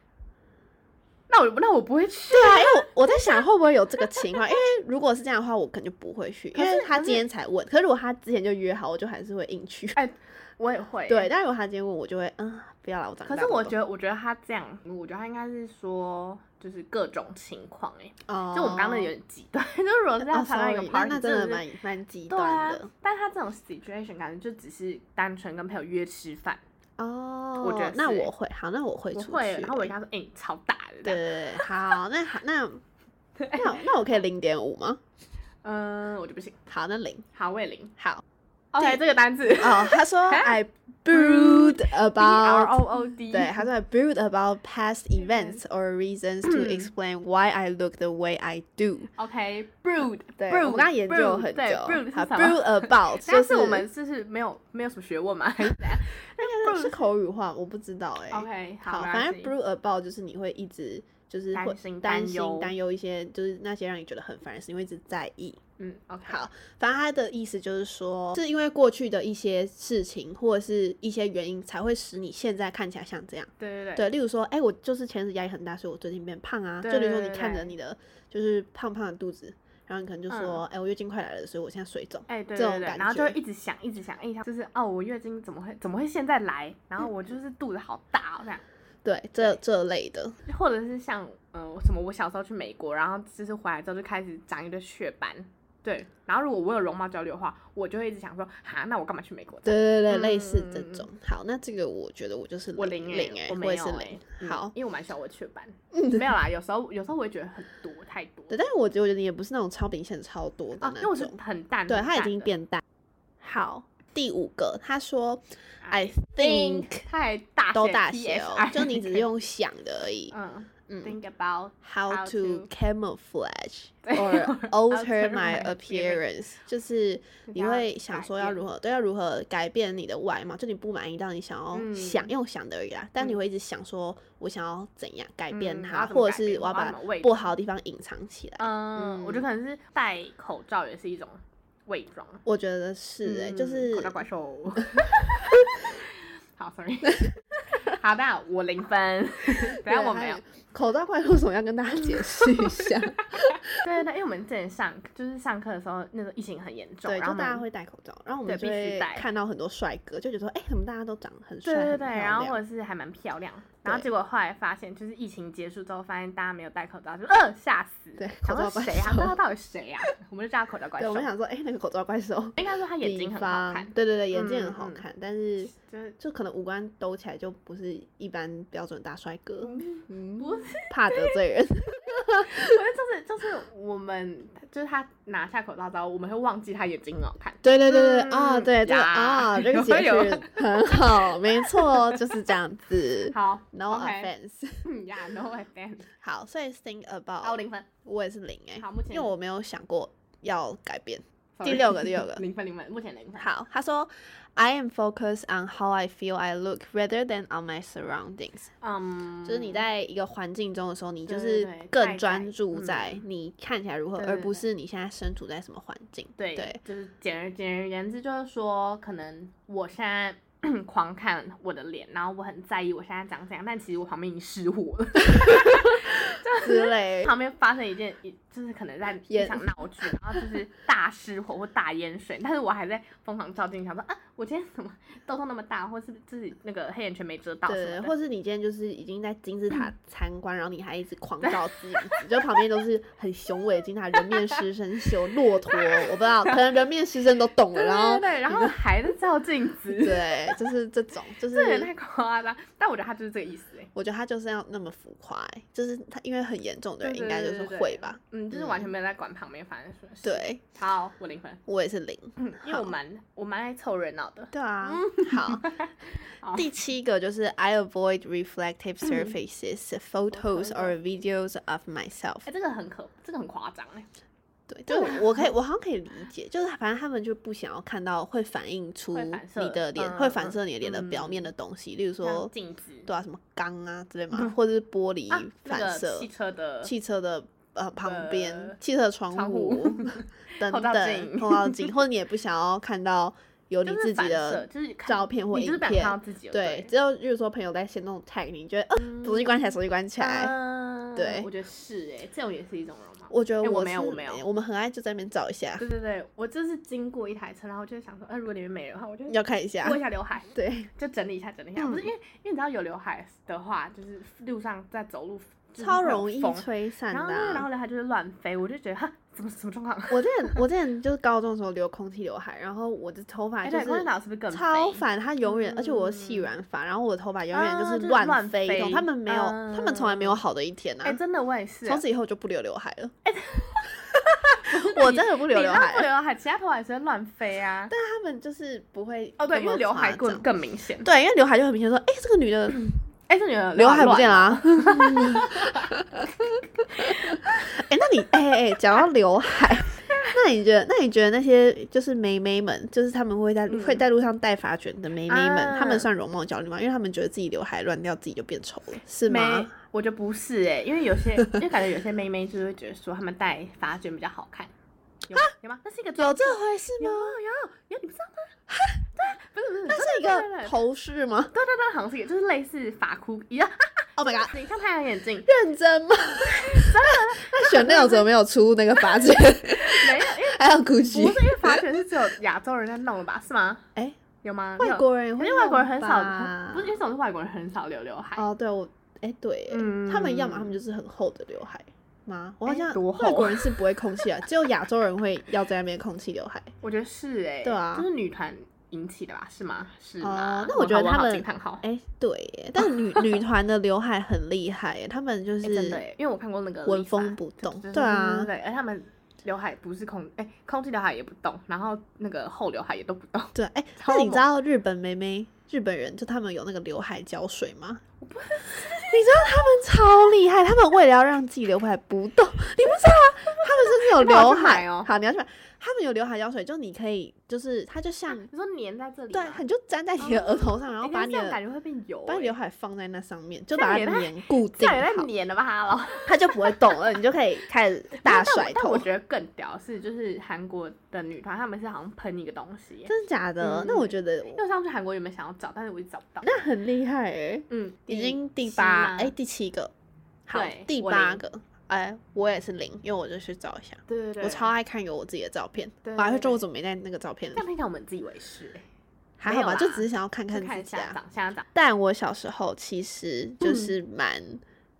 S2: 那我那我不会去。
S1: 对啊，因为我我在想会不会有这个情况，因为如果是这样的话，我可能就不会去，因
S2: 可是
S1: 为他
S2: 可是
S1: 今天才问。可是如果他之前就约好，我就还是会硬去。
S2: 我也会欸。
S1: 对，但如果他今天问我，就会嗯，不要啦，我长
S2: 可
S1: 大
S2: 是我
S1: 不
S2: 觉得，我觉得他这样，我觉得他应该是说，就是各种情况哎、
S1: 懂哦，
S2: 就我们刚刚那有点极端， 就如果是要
S1: 哦
S2: 参加一个
S1: sorry，那
S2: party，
S1: 那真的
S2: 是
S1: 蛮蛮极
S2: 对
S1: 端
S2: 啊
S1: 的。。
S2: 但他这种 situation 感觉就只是单纯跟朋友约吃饭，
S1: 哦，
S2: 我觉得
S1: 那
S2: 是
S1: 我会好，那我会
S2: 我
S1: 出去。
S2: 会，然后我跟他说，哎、你超大的这
S1: 对
S2: 样，
S1: 对对，好，那好， 那那那我可以零点五吗？
S2: 嗯、我就不行，
S1: 好，那零
S2: 好，我也零。
S1: 好。
S2: OK，
S1: 对
S2: 这个 单字
S1: 哦，他 说 I brood
S2: B R
S1: about
S2: O O D，
S1: 对，他说 I brood about past events or reasons to explain why I look the way I do。
S2: ，OK，brood，
S1: 对，
S2: brood，
S1: 我们刚刚研究
S2: brood，
S1: 很久
S2: 对，brood 是
S1: 好
S2: 什么？
S1: ，brood about 就是
S2: 但是我们就是没有没有什么学问嘛，还是怎样
S1: 那个是口语化，我不知道哎。
S2: ？OK，
S1: 好，
S2: 好，没
S1: 反
S2: 关
S1: 正
S2: 系
S1: brew about 就是你会一直就是
S2: 担
S1: 会
S2: 心
S1: 担
S2: 担
S1: 心
S2: 忧
S1: 担忧一些就是那些让你觉得很烦的事，你会一直在意。
S2: 嗯，OK，
S1: 好，反正他的意思就是说，是因为过去的一些事情或者是一些原因，才会使你现在看起来像这样。
S2: 对对对，
S1: 对，例如说，哎、我就是前阵子压力很大，所以我最近变胖啊。
S2: 对
S1: 就例如说，
S2: 对
S1: 你
S2: 对
S1: 看着
S2: 对嗯
S1: 你的就是胖胖的肚子，然后你可能就说，哎、我月经快来了，所以我现在水肿。
S2: 哎、对
S1: 这
S2: 对
S1: 种
S2: 对，
S1: 感
S2: 然后就会
S1: 觉
S2: 一直想，一直想，一直想，就是哦，我月经怎么会怎么会现在来？然后我就是肚子好大、哦、这样，
S1: 对，这这类的，
S2: 或者是像呃什么，我小时候去美国，然后就是回来之后就开始长一堆雀斑，对，然后如果我有容貌焦虑的话，我就会一直想说，哈，那我干嘛去美国？
S1: 对对对，类似这
S2: 嗯
S1: 种。好，那这个我觉得我就是
S2: 我
S1: 零
S2: 零
S1: 零
S2: 哎、
S1: 哎、
S2: 我
S1: 我
S2: 没
S1: 也是
S2: 有
S1: 零
S2: 哎、。嗯
S1: 好，
S2: 因为我蛮喜欢我雀 斑，没有啦，有时候有时候我会觉得很多太多
S1: 对，但是我觉得我觉得你也不是那种超明显超多的
S2: 啊，因为
S1: 那
S2: 我是
S1: 种，
S2: 很淡，
S1: 对，
S2: 很
S1: 它已
S2: 淡
S1: 经
S2: 的
S1: 变大。好，第五个，他说 I
S2: think
S1: think
S2: 太大
S1: 都
S2: 写
S1: 大写哦，
S2: TSI
S1: 就你只是用想的而已。
S2: 嗯
S1: 嗯
S2: ，think about
S1: ，How
S2: how
S1: to
S2: to-
S1: camouflage
S2: 对
S1: or alter
S2: alter
S1: my
S2: my
S1: appearance，就是你会想说要如
S2: 何？
S1: 何，对，要如何改变你的外貌，就你不满意到你想要
S2: 嗯
S1: 想用想的而已啦，但你
S2: 嗯
S1: 会一直想说我想要怎样改变
S2: 嗯
S1: 它，
S2: 我要怎么
S1: 或者
S2: 改变
S1: 是我要
S2: 我要
S1: 把
S2: 怎么伪
S1: 不
S2: 装
S1: 好的地方隐藏起来。
S2: 嗯，我觉得可能是戴口罩也是一种伪装，
S1: 我觉得是哎，就
S2: 嗯
S1: 是
S2: 口罩怪 兽。好，sorry。好的，我零 分。等下
S1: 对
S2: 我
S1: 它
S2: 没有。
S1: 口罩怪为什么要跟大家解释一下？
S2: 对对对，因为我们之前上就是上课的时候，那个疫情很严重，
S1: 对，
S2: 然
S1: 就
S2: 后
S1: 大
S2: 我
S1: 家
S2: 们
S1: 会戴口罩，然后我
S2: 对
S1: 们就
S2: 必须
S1: 会
S2: 戴
S1: 看到很多帅哥，就觉得说，哎、怎么大家都长得很帅，
S2: 对对
S1: 很
S2: 对，
S1: 漂
S2: 然后
S1: 亮
S2: 或者是还蛮漂亮，
S1: 对
S2: 然后结果后来发现，就是疫情结束之后，发现大家没有戴口罩，就呃吓死，
S1: 对
S2: 想
S1: 口罩
S2: 说
S1: 怪
S2: 谁啊？
S1: 兽
S2: 不知道到底谁啊？ 我们就叫他口罩怪
S1: 对，我
S2: 兽
S1: 们。想说，哎、那个口罩怪兽，
S2: 应该说他 眼睛
S1: 比
S2: 很好
S1: 方
S2: 看，
S1: 对对对，眼睛很
S2: 嗯
S1: 好
S2: 嗯
S1: 看，但是
S2: 就是
S1: 就可能五官抖起来就不是一般标准大帅哥，嗯，
S2: 不
S1: 是怕得罪人，
S2: 我觉得就是就是我们就是他拿下口罩之后，我们会忘记他眼睛很好看。
S1: 对对对对对啊、
S2: 嗯
S1: 对这个
S2: 呀
S1: 啊、这个
S2: 有
S1: 解
S2: 有
S1: 释很好，没错，就是这样 子
S2: 好
S1: ，no
S2: ，OK，
S1: offense，
S2: 嗯呀，no offense，
S1: 好，所以 think
S2: 好
S1: about，
S2: 零分，
S1: 我也是零哎、
S2: 好，目前
S1: 因为我没有想过要改变。
S2: sorry
S1: 六个第六个
S2: 零分零分，目前零分。
S1: 好，他说，I am focused on how I feel I look rather than on my surroundings、
S2: 嗯，
S1: 就是你在一个环境中的时候，你就
S2: 对
S1: 是
S2: 对对太
S1: 更
S2: 在
S1: 专注
S2: 嗯
S1: 在你看起来如何，
S2: 对
S1: 而
S2: 对
S1: 不
S2: 对
S1: 是你现在身处在什么环境。
S2: 对，
S1: 对
S2: 就是简而简而言之，就是说，可能我现在 狂看我的脸，然后我很在意我现在 长怎样，但其实我旁边已经失火了，
S1: 之类。
S2: 旁边发生一件一就是可能在一
S1: 烟
S2: 场闹剧，然后就是大失火或大淹水，但是我还在疯狂照镜，想说啊，我今天怎么 痘痘那么大，或是自己那个黑眼圈没遮到什
S1: 对，
S2: 么的
S1: 或是你今天就是已经在金字 塔参观，然后你还一直狂照自己， 就旁边都是很雄伟的金字塔，人面狮身秀、骆驼，我不知 道，可能人面狮身都懂了，
S2: 对
S1: 然
S2: 对
S1: 后
S2: 对，然后还在照镜 子，
S1: 对，就是这种，就
S2: 这也
S1: 是
S2: 太夸张。但我觉得他就是这个意思、欸，
S1: 我觉得他就是要那么浮夸欸、就是他因为很严重的人
S2: 对
S1: 应该就是会吧，，
S2: 对对对对嗯，就是完全没有在管旁边发生什么事。，
S1: 对
S2: 好，我零分，
S1: 我也是零，
S2: 嗯 因为我蛮我蛮爱凑热闹的。
S1: 对啊，好
S2: 嗯 好。
S1: 第七个就是 I avoid reflective surfaces, photos or videos of myself
S2: 哎、。这个很可，这个很夸张哎，
S1: 对，就
S2: 对
S1: 我我可以， 我好像可以理解，就是反正他们就不想要看到会反映出
S2: 会
S1: 你
S2: 反射
S1: 的脸，
S2: 嗯
S1: 会
S2: 嗯
S1: 反射你的脸的表面的东西，例如
S2: 像
S1: 说，
S2: 镜子，
S1: 对啊，什么钢啊之类嘛，或者是玻璃
S2: 啊，那
S1: 反
S2: 个
S1: 射，
S2: 汽车的，
S1: 汽车的呃旁边、
S2: 呃
S1: 汽车的窗
S2: 窗
S1: 户
S2: 户
S1: 等
S2: 后照
S1: 等
S2: 镜
S1: 碰到 镜，或者你也不想要看到有你
S2: 就是
S1: 自己
S2: 反射
S1: 的
S2: 就是看
S1: 照片或
S2: 你就是
S1: 影
S2: 不想
S1: 片
S2: 看到。自己，
S1: 对，，只有就是说朋友在先弄 tag 你，你觉得呃手机关起来，手机关起来。
S2: 嗯
S1: 对
S2: 我觉得是哎、这种也是一种容貌。
S1: 我觉得
S2: 哎我
S1: 是
S2: 没有我没有
S1: 我们很爱就在那边找一下，
S2: 对对对，我就是经过一台车，然后就想说，哎、如果里面没人的话，我就
S1: 要看一下
S2: 拨。一下刘海，
S1: 对，
S2: 就整理一下，整理一下。
S1: 嗯
S2: 不是因为，因为你知道有刘海的话，就是路上在走路就是
S1: 超
S2: 会有
S1: 容易
S2: 风
S1: 吹散
S2: 然
S1: 的
S2: 后那个然
S1: 啊、
S2: 后刘海就是乱飞，我就觉得哈，怎么什么状况？
S1: 我之前我之前就是高中的时候留空气刘海，然后我的头发
S2: 哎，
S1: 就
S2: 对，光
S1: 是
S2: 头佬是不是更
S1: 超
S2: 飞？
S1: 烦，它永远，而且我是细软发，然后我的头发永远就是乱飞一
S2: 嗯啊就是
S1: 通，
S2: 乱飞
S1: 他们没有，他们从来没有好的一天
S2: 哎，
S1: 啊。
S2: 真的我也是
S1: 从
S2: 哎。
S1: 此以后就不留刘海了， 我真的不留
S2: 你
S1: 刘
S2: 那不
S1: 海，
S2: 刘海，其他头发也是会乱飞啊。
S1: 但他们就是不会
S2: 哦，对，
S1: 那
S2: 因
S1: 么
S2: 为刘海
S1: 夸
S2: 更
S1: 张
S2: 更明显。
S1: 对，因为刘海就很明显说，哎，这个女的
S2: 哎，这女的
S1: 刘海不
S2: 乱
S1: 见了啊。 哎，那你哎哎，哎讲到刘海，那你觉得那你觉得那些就是妹妹们，就是她们会在
S2: 嗯
S1: 会在路上戴发卷的妹妹们，
S2: 啊
S1: 她们算容貌焦虑吗？因为她们觉得自己刘海乱掉，自己就变丑了，是
S2: 没
S1: 吗？，
S2: 我觉得不是哎、因为有些， 因为感觉有些妹妹就是会觉得说她们戴发卷比较好看，有吗有吗？那是一个
S1: 啊有
S2: 装
S1: 这
S2: 置
S1: 回事
S2: 有
S1: 吗？
S2: 有有，你不知道吗？对，不是不是，
S1: 那是一
S2: 对对
S1: 个
S2: 对
S1: 头饰吗
S2: 对对对，好像是一个，就是类似发箍一样，
S1: ？Oh my god！
S2: 你像太阳眼镜，
S1: 认真 吗？那选那种怎么没有出那个发 卷，
S2: 没有，因为
S1: 还有 GUCCI？
S2: 不是因为发卷是只有亚洲人在弄了吧？是吗？
S1: 哎，
S2: 有吗？
S1: 外国人也
S2: 因
S1: 会
S2: 为
S1: 弄
S2: 外国人很
S1: 吧
S2: 少，不是因为总是外国人很少留刘海，
S1: 哦，对，我哎，对耶，他们要么他们就是很厚的刘海吗？我好
S2: 嗯哎
S1: 像
S2: 多
S1: 外
S2: 厚
S1: 国
S2: 啊
S1: 人是不会空 气啊，只有亚洲人会要在那边空气刘海。
S2: 我觉得是哎、
S1: 对啊
S2: 就是女团引起的吧？是吗？是吗
S1: 哦？那我觉得
S2: 问号
S1: 他们
S2: 惊叹号。
S1: 哎，对耶，但女女团的刘海很厉害耶，他们就
S2: 欸真的
S1: 是
S2: 欸，因为我看过那个
S1: 纹
S2: 理发
S1: 风不动
S2: 对
S1: 对啊
S2: 对对，而他们刘海不是空，哎、空气刘海也不动，然后那个后刘海也都不动，
S1: 对哎，
S2: 超
S1: 那你知
S2: 猛
S1: 道日本妹妹？日本人就他们有那个刘海胶水吗？ 你知道他们超厉害，他们为了要让自己刘海不动，你不知道啊？他们甚至有
S2: 那我要
S1: 刘
S2: 去
S1: 海
S2: 买哦
S1: 好，你要去买。他们有刘海胶水，就你可以，就是它就像
S2: 你说粘在这里吗，
S1: 对，你就粘在你的额头上，然
S2: 欸
S1: 后
S2: 可
S1: 把
S2: 是
S1: 你
S2: 这样
S1: 的
S2: 感觉会变油、
S1: 把
S2: 欸，
S1: 你刘海放在那上面，就
S2: 这样
S1: 把
S2: 也
S1: 它
S2: 太
S1: 粘固
S2: 这
S1: 定
S2: 样也在
S1: 好，
S2: 粘了吧哈 喽。
S1: 它就不会动了，你就可以开 始大
S2: 但
S1: 甩
S2: 我但
S1: 头
S2: 我。觉得更屌是，就是韩国的女团，她们是好像喷一个东西耶、
S1: 真的假的？
S2: 嗯
S1: 那我觉得
S2: 因为我上次韩国原本想要找，但是我一直找不到。
S1: 那很厉害哎，
S2: 嗯，
S1: 已经第
S2: 七
S1: 八
S2: 吗
S1: 哎第七个，好
S2: 对
S1: 第
S2: 我
S1: 八
S2: 零
S1: 个哎，我也是零，因为我就去找一下，
S2: 对对对，
S1: 我超爱看有我自己的照片，
S2: 对
S1: 我还会
S2: 对
S1: 说我
S2: 对
S1: 怎么没在那个照片里
S2: 这，样听起来我们自以为是、欸，
S1: 还
S2: 没
S1: 好
S2: 有
S1: 吧，就
S2: 啦
S1: 只是想要看
S2: 就
S1: 看
S2: 看
S1: 自己
S2: 下嗯
S1: 啊。
S2: 长下长，
S1: 但我小时候其实就是蛮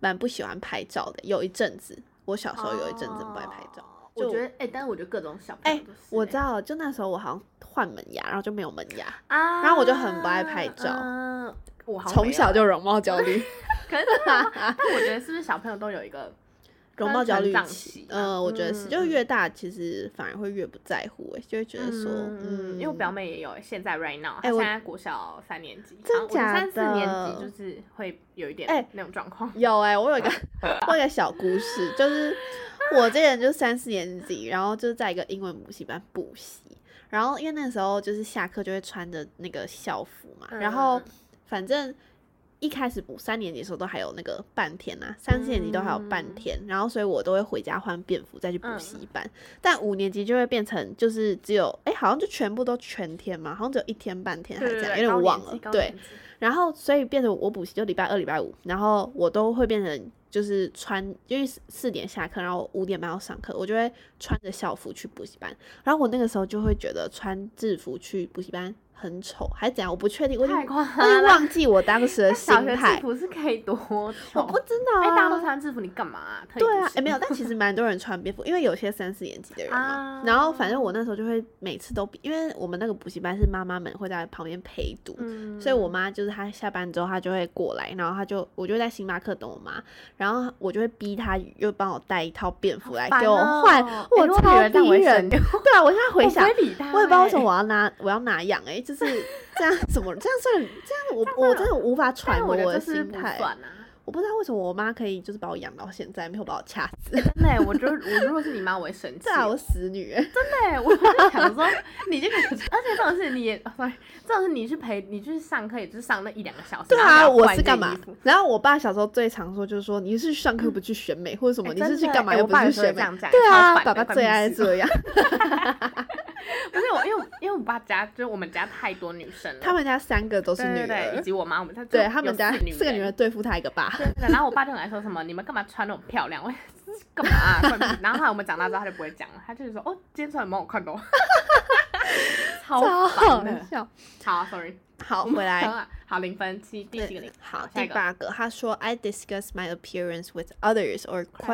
S1: 蛮、不喜欢拍照的，有一阵子，我小时候有一阵子不爱拍照。
S2: 哦
S1: 就
S2: 我觉得，哎、但是我觉得各种小朋
S1: 哎、
S2: 友就是
S1: 我
S2: 欸
S1: 知道了，就那时候我好像换门牙，然后就没有门牙，
S2: 啊，
S1: 然后我就很不爱拍照
S2: 嗯，我好像没
S1: 从
S2: 有
S1: 小
S2: 欸
S1: 就容貌焦虑，
S2: 可是真 的吗，但我觉得是不是小朋友都有一个
S1: 容貌焦虑
S2: 成长
S1: 期
S2: 期。
S1: 呃，我觉得是，
S2: 嗯
S1: 就越大其实反而会越不在乎、欸，就会觉得说，嗯，
S2: 因为我表妹也有现在 right now，
S1: 哎
S2: 她现
S1: 我
S2: 在国小三年级，
S1: 真
S2: 啊我觉得
S1: 假
S2: 三四年
S1: 的
S2: 级就是会有一
S1: 哎
S2: 点那种状况。
S1: 有哎、我有一个我有一个小故事，就是我之前就是三四年级，然后就是在一个英文补习班补习，然后因为那时候就是下课就会穿着那个校服嘛，然后
S2: 嗯
S1: 反正一开始补三年级的时候都还有那个半天呐、三四年级都还有半
S2: 嗯
S1: 天，然后所以我都会回家换便服再去补
S2: 嗯
S1: 习班，但五年级就会变成就是只有哎、好像就全部都全天嘛，好像只有一天半天还
S2: 对
S1: 是
S2: 对
S1: 这
S2: 对，
S1: 样，有
S2: 高
S1: 点
S2: 年
S1: 忘
S2: 级
S1: 了，
S2: 高
S1: 对
S2: 年。级
S1: 然后所以变成我补习就礼拜二、礼拜五，然后我都会变成就是穿，因为四点下课，然后五点半要上课，我就会穿着校服去补习班。然后我那个时候就会觉得穿制服去补习班很丑，还是怎样，我不确定，我已经
S2: 太夸
S1: 我
S2: 张
S1: 已经
S2: 了。
S1: 忘记我当时
S2: 那
S1: 的心
S2: 小学制
S1: 态，
S2: 服是可以多
S1: 我
S2: 丑？
S1: 不知道
S2: 哎、
S1: 啊。
S2: 大家都穿制服，你干嘛、啊？特意
S1: 对啊，
S2: 不
S1: 哎、没有，
S2: 是，
S1: 但其实蛮多人穿便服，因为有些三四年级的人嘛。
S2: 啊
S1: 然后反正我那时候就会每次都比，因为我们那个补习班是妈妈们会在旁边陪读，
S2: 嗯
S1: 所以我妈就是她下班之后她就会过来，然后她就我就在星巴克等我妈，然后我就会逼她又帮我带一套便服来给我换，
S2: 烦哦哎
S1: 我
S2: 如果
S1: 超
S2: 有人带我
S1: 逼
S2: 会生
S1: 人的。
S2: 气
S1: 对啊，我现在回想
S2: 我。不会理他、
S1: 我也不知道为什么
S2: 哎。
S1: 我要拿我要拿样哎、 就是这样怎么这样算这样我我真的无法
S2: 但
S1: 揣
S2: 是
S1: 摩
S2: 我觉得
S1: 的
S2: 这是
S1: 心
S2: 不
S1: 态，
S2: 算啊，
S1: 我不知道为什么我妈可以就是把我养到现在，没有把我掐 死。
S2: 真的、哎我觉得我如果是你妈，我会生气。
S1: 对啊，我死女。
S2: 对，我就 想说，你这个，而且这种事你也哦，sorry，这种事你去陪你去上课，也就是上那一两个小时。
S1: 对
S2: 然
S1: 啊，
S2: 后你要
S1: 我
S2: 换一
S1: 是
S2: 件
S1: 干嘛
S2: 衣服？
S1: 然后我爸小时候最常说就是说，你是去上课不去选 美或者什么，
S2: 哎
S1: 你
S2: 真
S1: 是去
S2: 的
S1: 干嘛
S2: 哎
S1: 又
S2: 我
S1: 不
S2: 爸
S1: 去
S2: 有时候
S1: 选美
S2: 会这样讲？
S1: 对
S2: 超
S1: 啊，
S2: 烦
S1: 爸爸
S2: 的关
S1: 最
S2: 屁
S1: 爱
S2: 事
S1: 这样。
S2: 不是我，因为因为我爸家就是我们家太多女生了，
S1: 他们家三个都是
S2: 对对
S1: 女
S2: 对，以
S1: 儿，
S2: 及我妈，我们家就
S1: 对他们
S2: 有
S1: 家
S2: 四女
S1: 四个女儿
S2: 人。
S1: 对付他一个爸。
S2: 对对对然后我爸就来说什么，你们干嘛穿那种漂亮？我 干嘛、啊？关你屁事然后后来我们长大之后，他就不会讲了，他就是说，哦，今天穿的蛮好看 的、哦，
S1: 超
S2: 超
S1: 好
S2: 烦的。
S1: 笑。
S2: 好，sorry，
S1: 好，回来。
S2: 好啊好零分七，第七个零
S1: 对，好，
S2: 下一
S1: 第
S2: 个
S1: 八个，他说 I discuss my appearance with others or question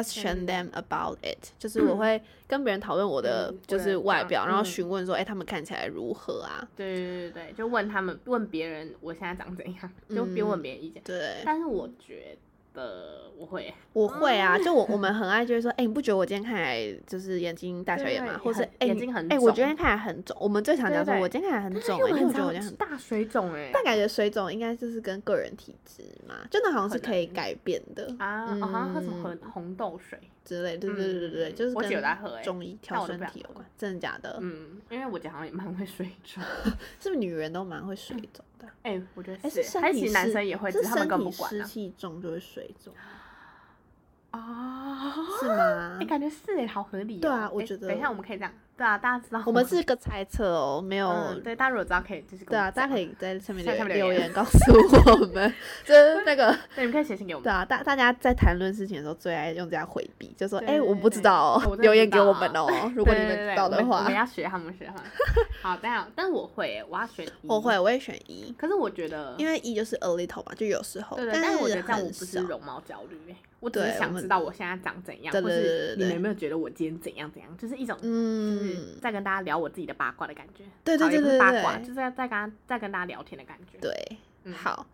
S2: Question
S1: them about it，就是我会跟别人讨论我的
S2: 嗯
S1: 就
S2: 我
S1: 是
S2: 的
S1: 外
S2: 长
S1: 表，然后
S2: 嗯
S1: 询问说，哎，他们看起来如何啊？
S2: 对对对对，就问他们问别人我现在长怎样，就边
S1: 嗯
S2: 问别人意见。
S1: 对，
S2: 但是我觉得我会，
S1: 我会啊，就我我
S2: 哦
S1: 们很爱就是说，哎、你不觉得我今天看起来就是眼睛大小眼吗？
S2: 对
S1: 或是
S2: 很
S1: 哎、
S2: 眼
S1: 你
S2: 睛很
S1: 哎、我
S2: 肿
S1: 今天看起来很肿。我们最常讲说，
S2: 对对
S1: 我今天看起来很肿、
S2: 因为
S1: 哎，
S2: 我
S1: 你有
S2: 很
S1: 觉得我今
S2: 常
S1: 天很……
S2: 大水肿哎、
S1: 但感觉水肿应该就是跟个人体质嘛，就那好像是
S2: 可
S1: 可以
S2: 能
S1: 改变的
S2: 啊，哦好像喝什么
S1: 嗯
S2: 红红豆水，
S1: 之类。对对对对对，
S2: 嗯
S1: 就是
S2: 我姐有在
S1: 跟
S2: 喝哎
S1: 中医
S2: 但
S1: 调
S2: 我都
S1: 身
S2: 不想
S1: 体有
S2: 喝
S1: 关，真的假的？
S2: 嗯，因为我姐好像也蛮会水肿，
S1: 是不是女人都蛮会水肿的？
S2: 哎、我觉得
S1: 哎、是
S2: 是，
S1: 身
S2: 还是其
S1: 体
S2: 实男
S1: 湿
S2: 生也会，只
S1: 是
S2: 是他们
S1: 身
S2: 根
S1: 体
S2: 本不管
S1: 湿
S2: 啊。
S1: 气重就会水肿，
S2: 啊
S1: 是吗
S2: 哎、？感觉是哎，好合理、哦。
S1: 对啊我
S2: 哎
S1: 觉得
S2: 等一下我们可以这样，对啊，大家知道
S1: 我们是个猜测哦，没有、
S2: 嗯，对，大家如果知道可以就是跟
S1: 对
S2: 我
S1: 啊，
S2: 们
S1: 大家
S2: 讲
S1: 可以在下面
S2: 在
S1: 留
S2: 下面
S1: 言
S2: 留
S1: 留
S2: 言
S1: 言告诉我 们，就是那个
S2: 对，你们可以写信给我
S1: 对
S2: 们。
S1: 啊，大大家在谈论事情的时候最爱用这样回避，就说哎、诶我不知
S2: 对
S1: 道
S2: 我
S1: 哦，
S2: 真的
S1: 留言
S2: 不
S1: 给
S2: 知
S1: 我
S2: 道啊
S1: 们哦，如
S2: 如
S1: 果你们知道的
S2: 我
S1: 话
S2: 们，要学他们学 他们。好，这样，但我会欸，我要选。
S1: 我会，我会选一，
S2: 可是我觉得，
S1: 因为一就是 a little 嘛，就有时候，
S2: 嗯对对，
S1: 但
S2: 但是我觉得这样我
S1: 很
S2: 不是
S1: 少。
S2: 容貌焦虑欸，我只
S1: 对
S2: 是
S1: 我
S2: 想
S1: 们
S2: 知道我现在长怎样，
S1: 对
S2: 或
S1: 对对
S2: 是
S1: 对
S2: 你们有
S1: 对
S2: 没有觉得我今天怎样怎样，就是一种就是
S1: 嗯，
S2: 在跟大家聊我自己的八卦的感觉。
S1: 对对
S2: 好也
S1: 对
S2: 不是
S1: 对
S2: 八
S1: 对
S2: 卦，
S1: 对
S2: 就是在在跟他在跟大家聊天的感觉。
S1: 对，
S2: 嗯，
S1: 好，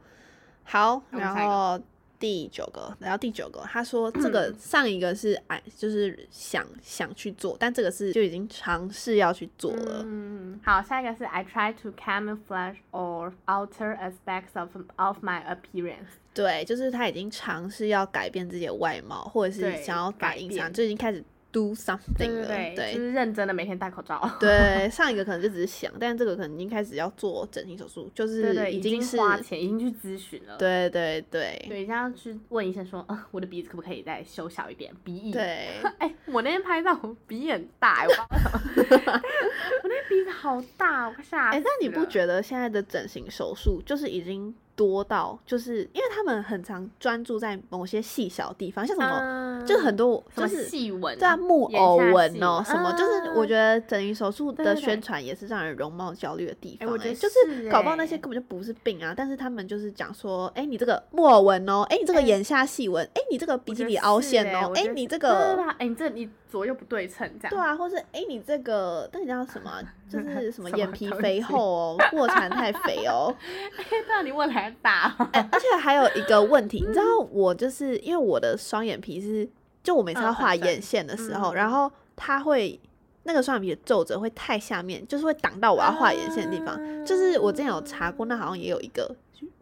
S1: 好，
S2: 那我们
S1: 然
S2: 下一个
S1: 后第九个，然后第九个，他说这个
S2: 嗯
S1: 上一个是哎，就是想想去做，但这个是就已经尝试要去做了。
S2: 嗯，好，下一个是 I try to camouflage or alter aspects of of my appearance。
S1: 对，就是他已经尝试要改变自己的外貌，或者是
S2: 对
S1: 想要打
S2: 改
S1: 印象，
S2: 变
S1: 就已经开始 do something 了。
S2: 对嗯就
S1: 对
S2: 是认真的每天戴口罩。
S1: 对上一个可能就只是想，但这个可能已经开始要做整形手术，就
S2: 对
S1: 是
S2: 对，已
S1: 经是
S2: 花钱，已经去咨询了。
S1: 对对对
S2: 对，一定要去问医生说，呃，我的鼻子可不可以再修小一点？鼻翼。。
S1: 对，
S2: 哎、我那天拍照，我鼻翼很大、哎，我不知道为什么 我那鼻子好大，我快吓死
S1: 哎， 但
S2: 了。
S1: 你不觉得现在的整形手术就是已经多到，就是因为他们很常专注在某些细小地方，像什么、
S2: 嗯
S1: 就很多
S2: 什
S1: 就
S2: 么
S1: 是
S2: 细纹？
S1: 对啊，木
S2: 眼
S1: 偶
S2: 下
S1: 纹
S2: 细
S1: 哦，
S2: 纹
S1: 什么、就是我
S2: 嗯
S1: 觉得整形手术
S2: 对
S1: 的
S2: 对对
S1: 宣传也是让人容貌焦虑的地
S2: 哎
S1: 方、欸
S2: 我觉得
S1: 就是
S2: 是
S1: 搞不好那些
S2: 欸
S1: 根本就不是病啊，但是他们就是讲说，哎、你这个木偶纹哦，哎、你这个
S2: 哎
S1: 眼下细纹，哎、你这个鼻
S2: 我
S1: 基
S2: 觉得
S1: 里凹
S2: 是
S1: 陷
S2: 哎
S1: 哦，
S2: 我
S1: 哎、
S2: 觉得
S1: 你
S2: 是
S1: 这
S2: 对对
S1: 个
S2: 对。啊哎、你这你左右不对称这样。
S1: 对啊，或是哎、你这个那你叫什么啊？就是什么
S2: 什
S1: 眼
S2: 么
S1: 皮
S2: 东
S1: 肥
S2: 西
S1: 厚哦，卧蚕太肥哦，
S2: 嘿对啊，你问来大、哦
S1: 哎、而且还有一个问题，你知道我就是因为我的双眼皮是，就我每次
S2: 嗯
S1: 要
S2: 很
S1: 画
S2: 深
S1: 眼线的时候，
S2: 嗯
S1: 然后它会那个双眼皮的皱褶会太下面，就是会挡到我要画眼线的地
S2: 啊
S1: 方。就是我之前有查过，那好像也有一个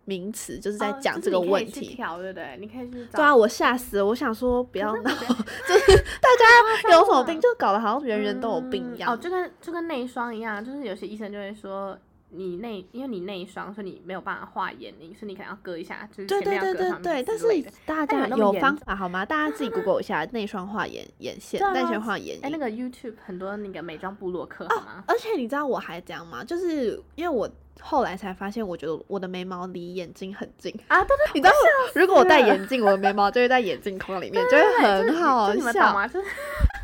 S1: 名词，就是在
S2: 哦
S1: 讲
S2: 就
S1: 这
S2: 是
S1: 个
S2: 你可以
S1: 问
S2: 去
S1: 题。
S2: 调对不对？你可以去找。
S1: 对啊，我吓死了！我想说不
S2: 可
S1: 要
S2: 是我
S1: 闹，
S2: 觉得
S1: 就是 大家
S2: 张
S1: 有什么
S2: 啊
S1: 病，就搞得好像人人都有病一
S2: 嗯
S1: 样。
S2: 哦，就跟就跟内双一样，就是有些医生就会说，你那因为你那一双，所以你没有办法画眼影，所以你可能要割一下，就是
S1: 对
S2: 前面
S1: 对对
S2: 要割
S1: 对
S2: 上面
S1: 对，但
S2: 之类
S1: 是
S2: 的
S1: 大
S2: 但有
S1: 家
S2: 那么
S1: 有
S2: 严
S1: 方
S2: 重
S1: 法好吗？大家自己 Google 一下内双画眼眼线
S2: 对，
S1: 内
S2: 啊
S1: 双画眼
S2: 哎、那
S1: 影。
S2: 个 YouTube 很多那个美妆部落
S1: 哦
S2: 客好吗？
S1: 而且你知道我还怎样吗？就是因为我后来才发现，我觉得我的眉毛离眼睛很近。
S2: 啊，对对，
S1: 你知道，如果我戴
S2: 了
S1: 眼镜，我的眉毛就会在眼镜框里面，就
S2: 对
S1: 会
S2: 就是
S1: 哎很
S2: 你
S1: 好
S2: 就你们懂啊
S1: 笑。
S2: 吗？就是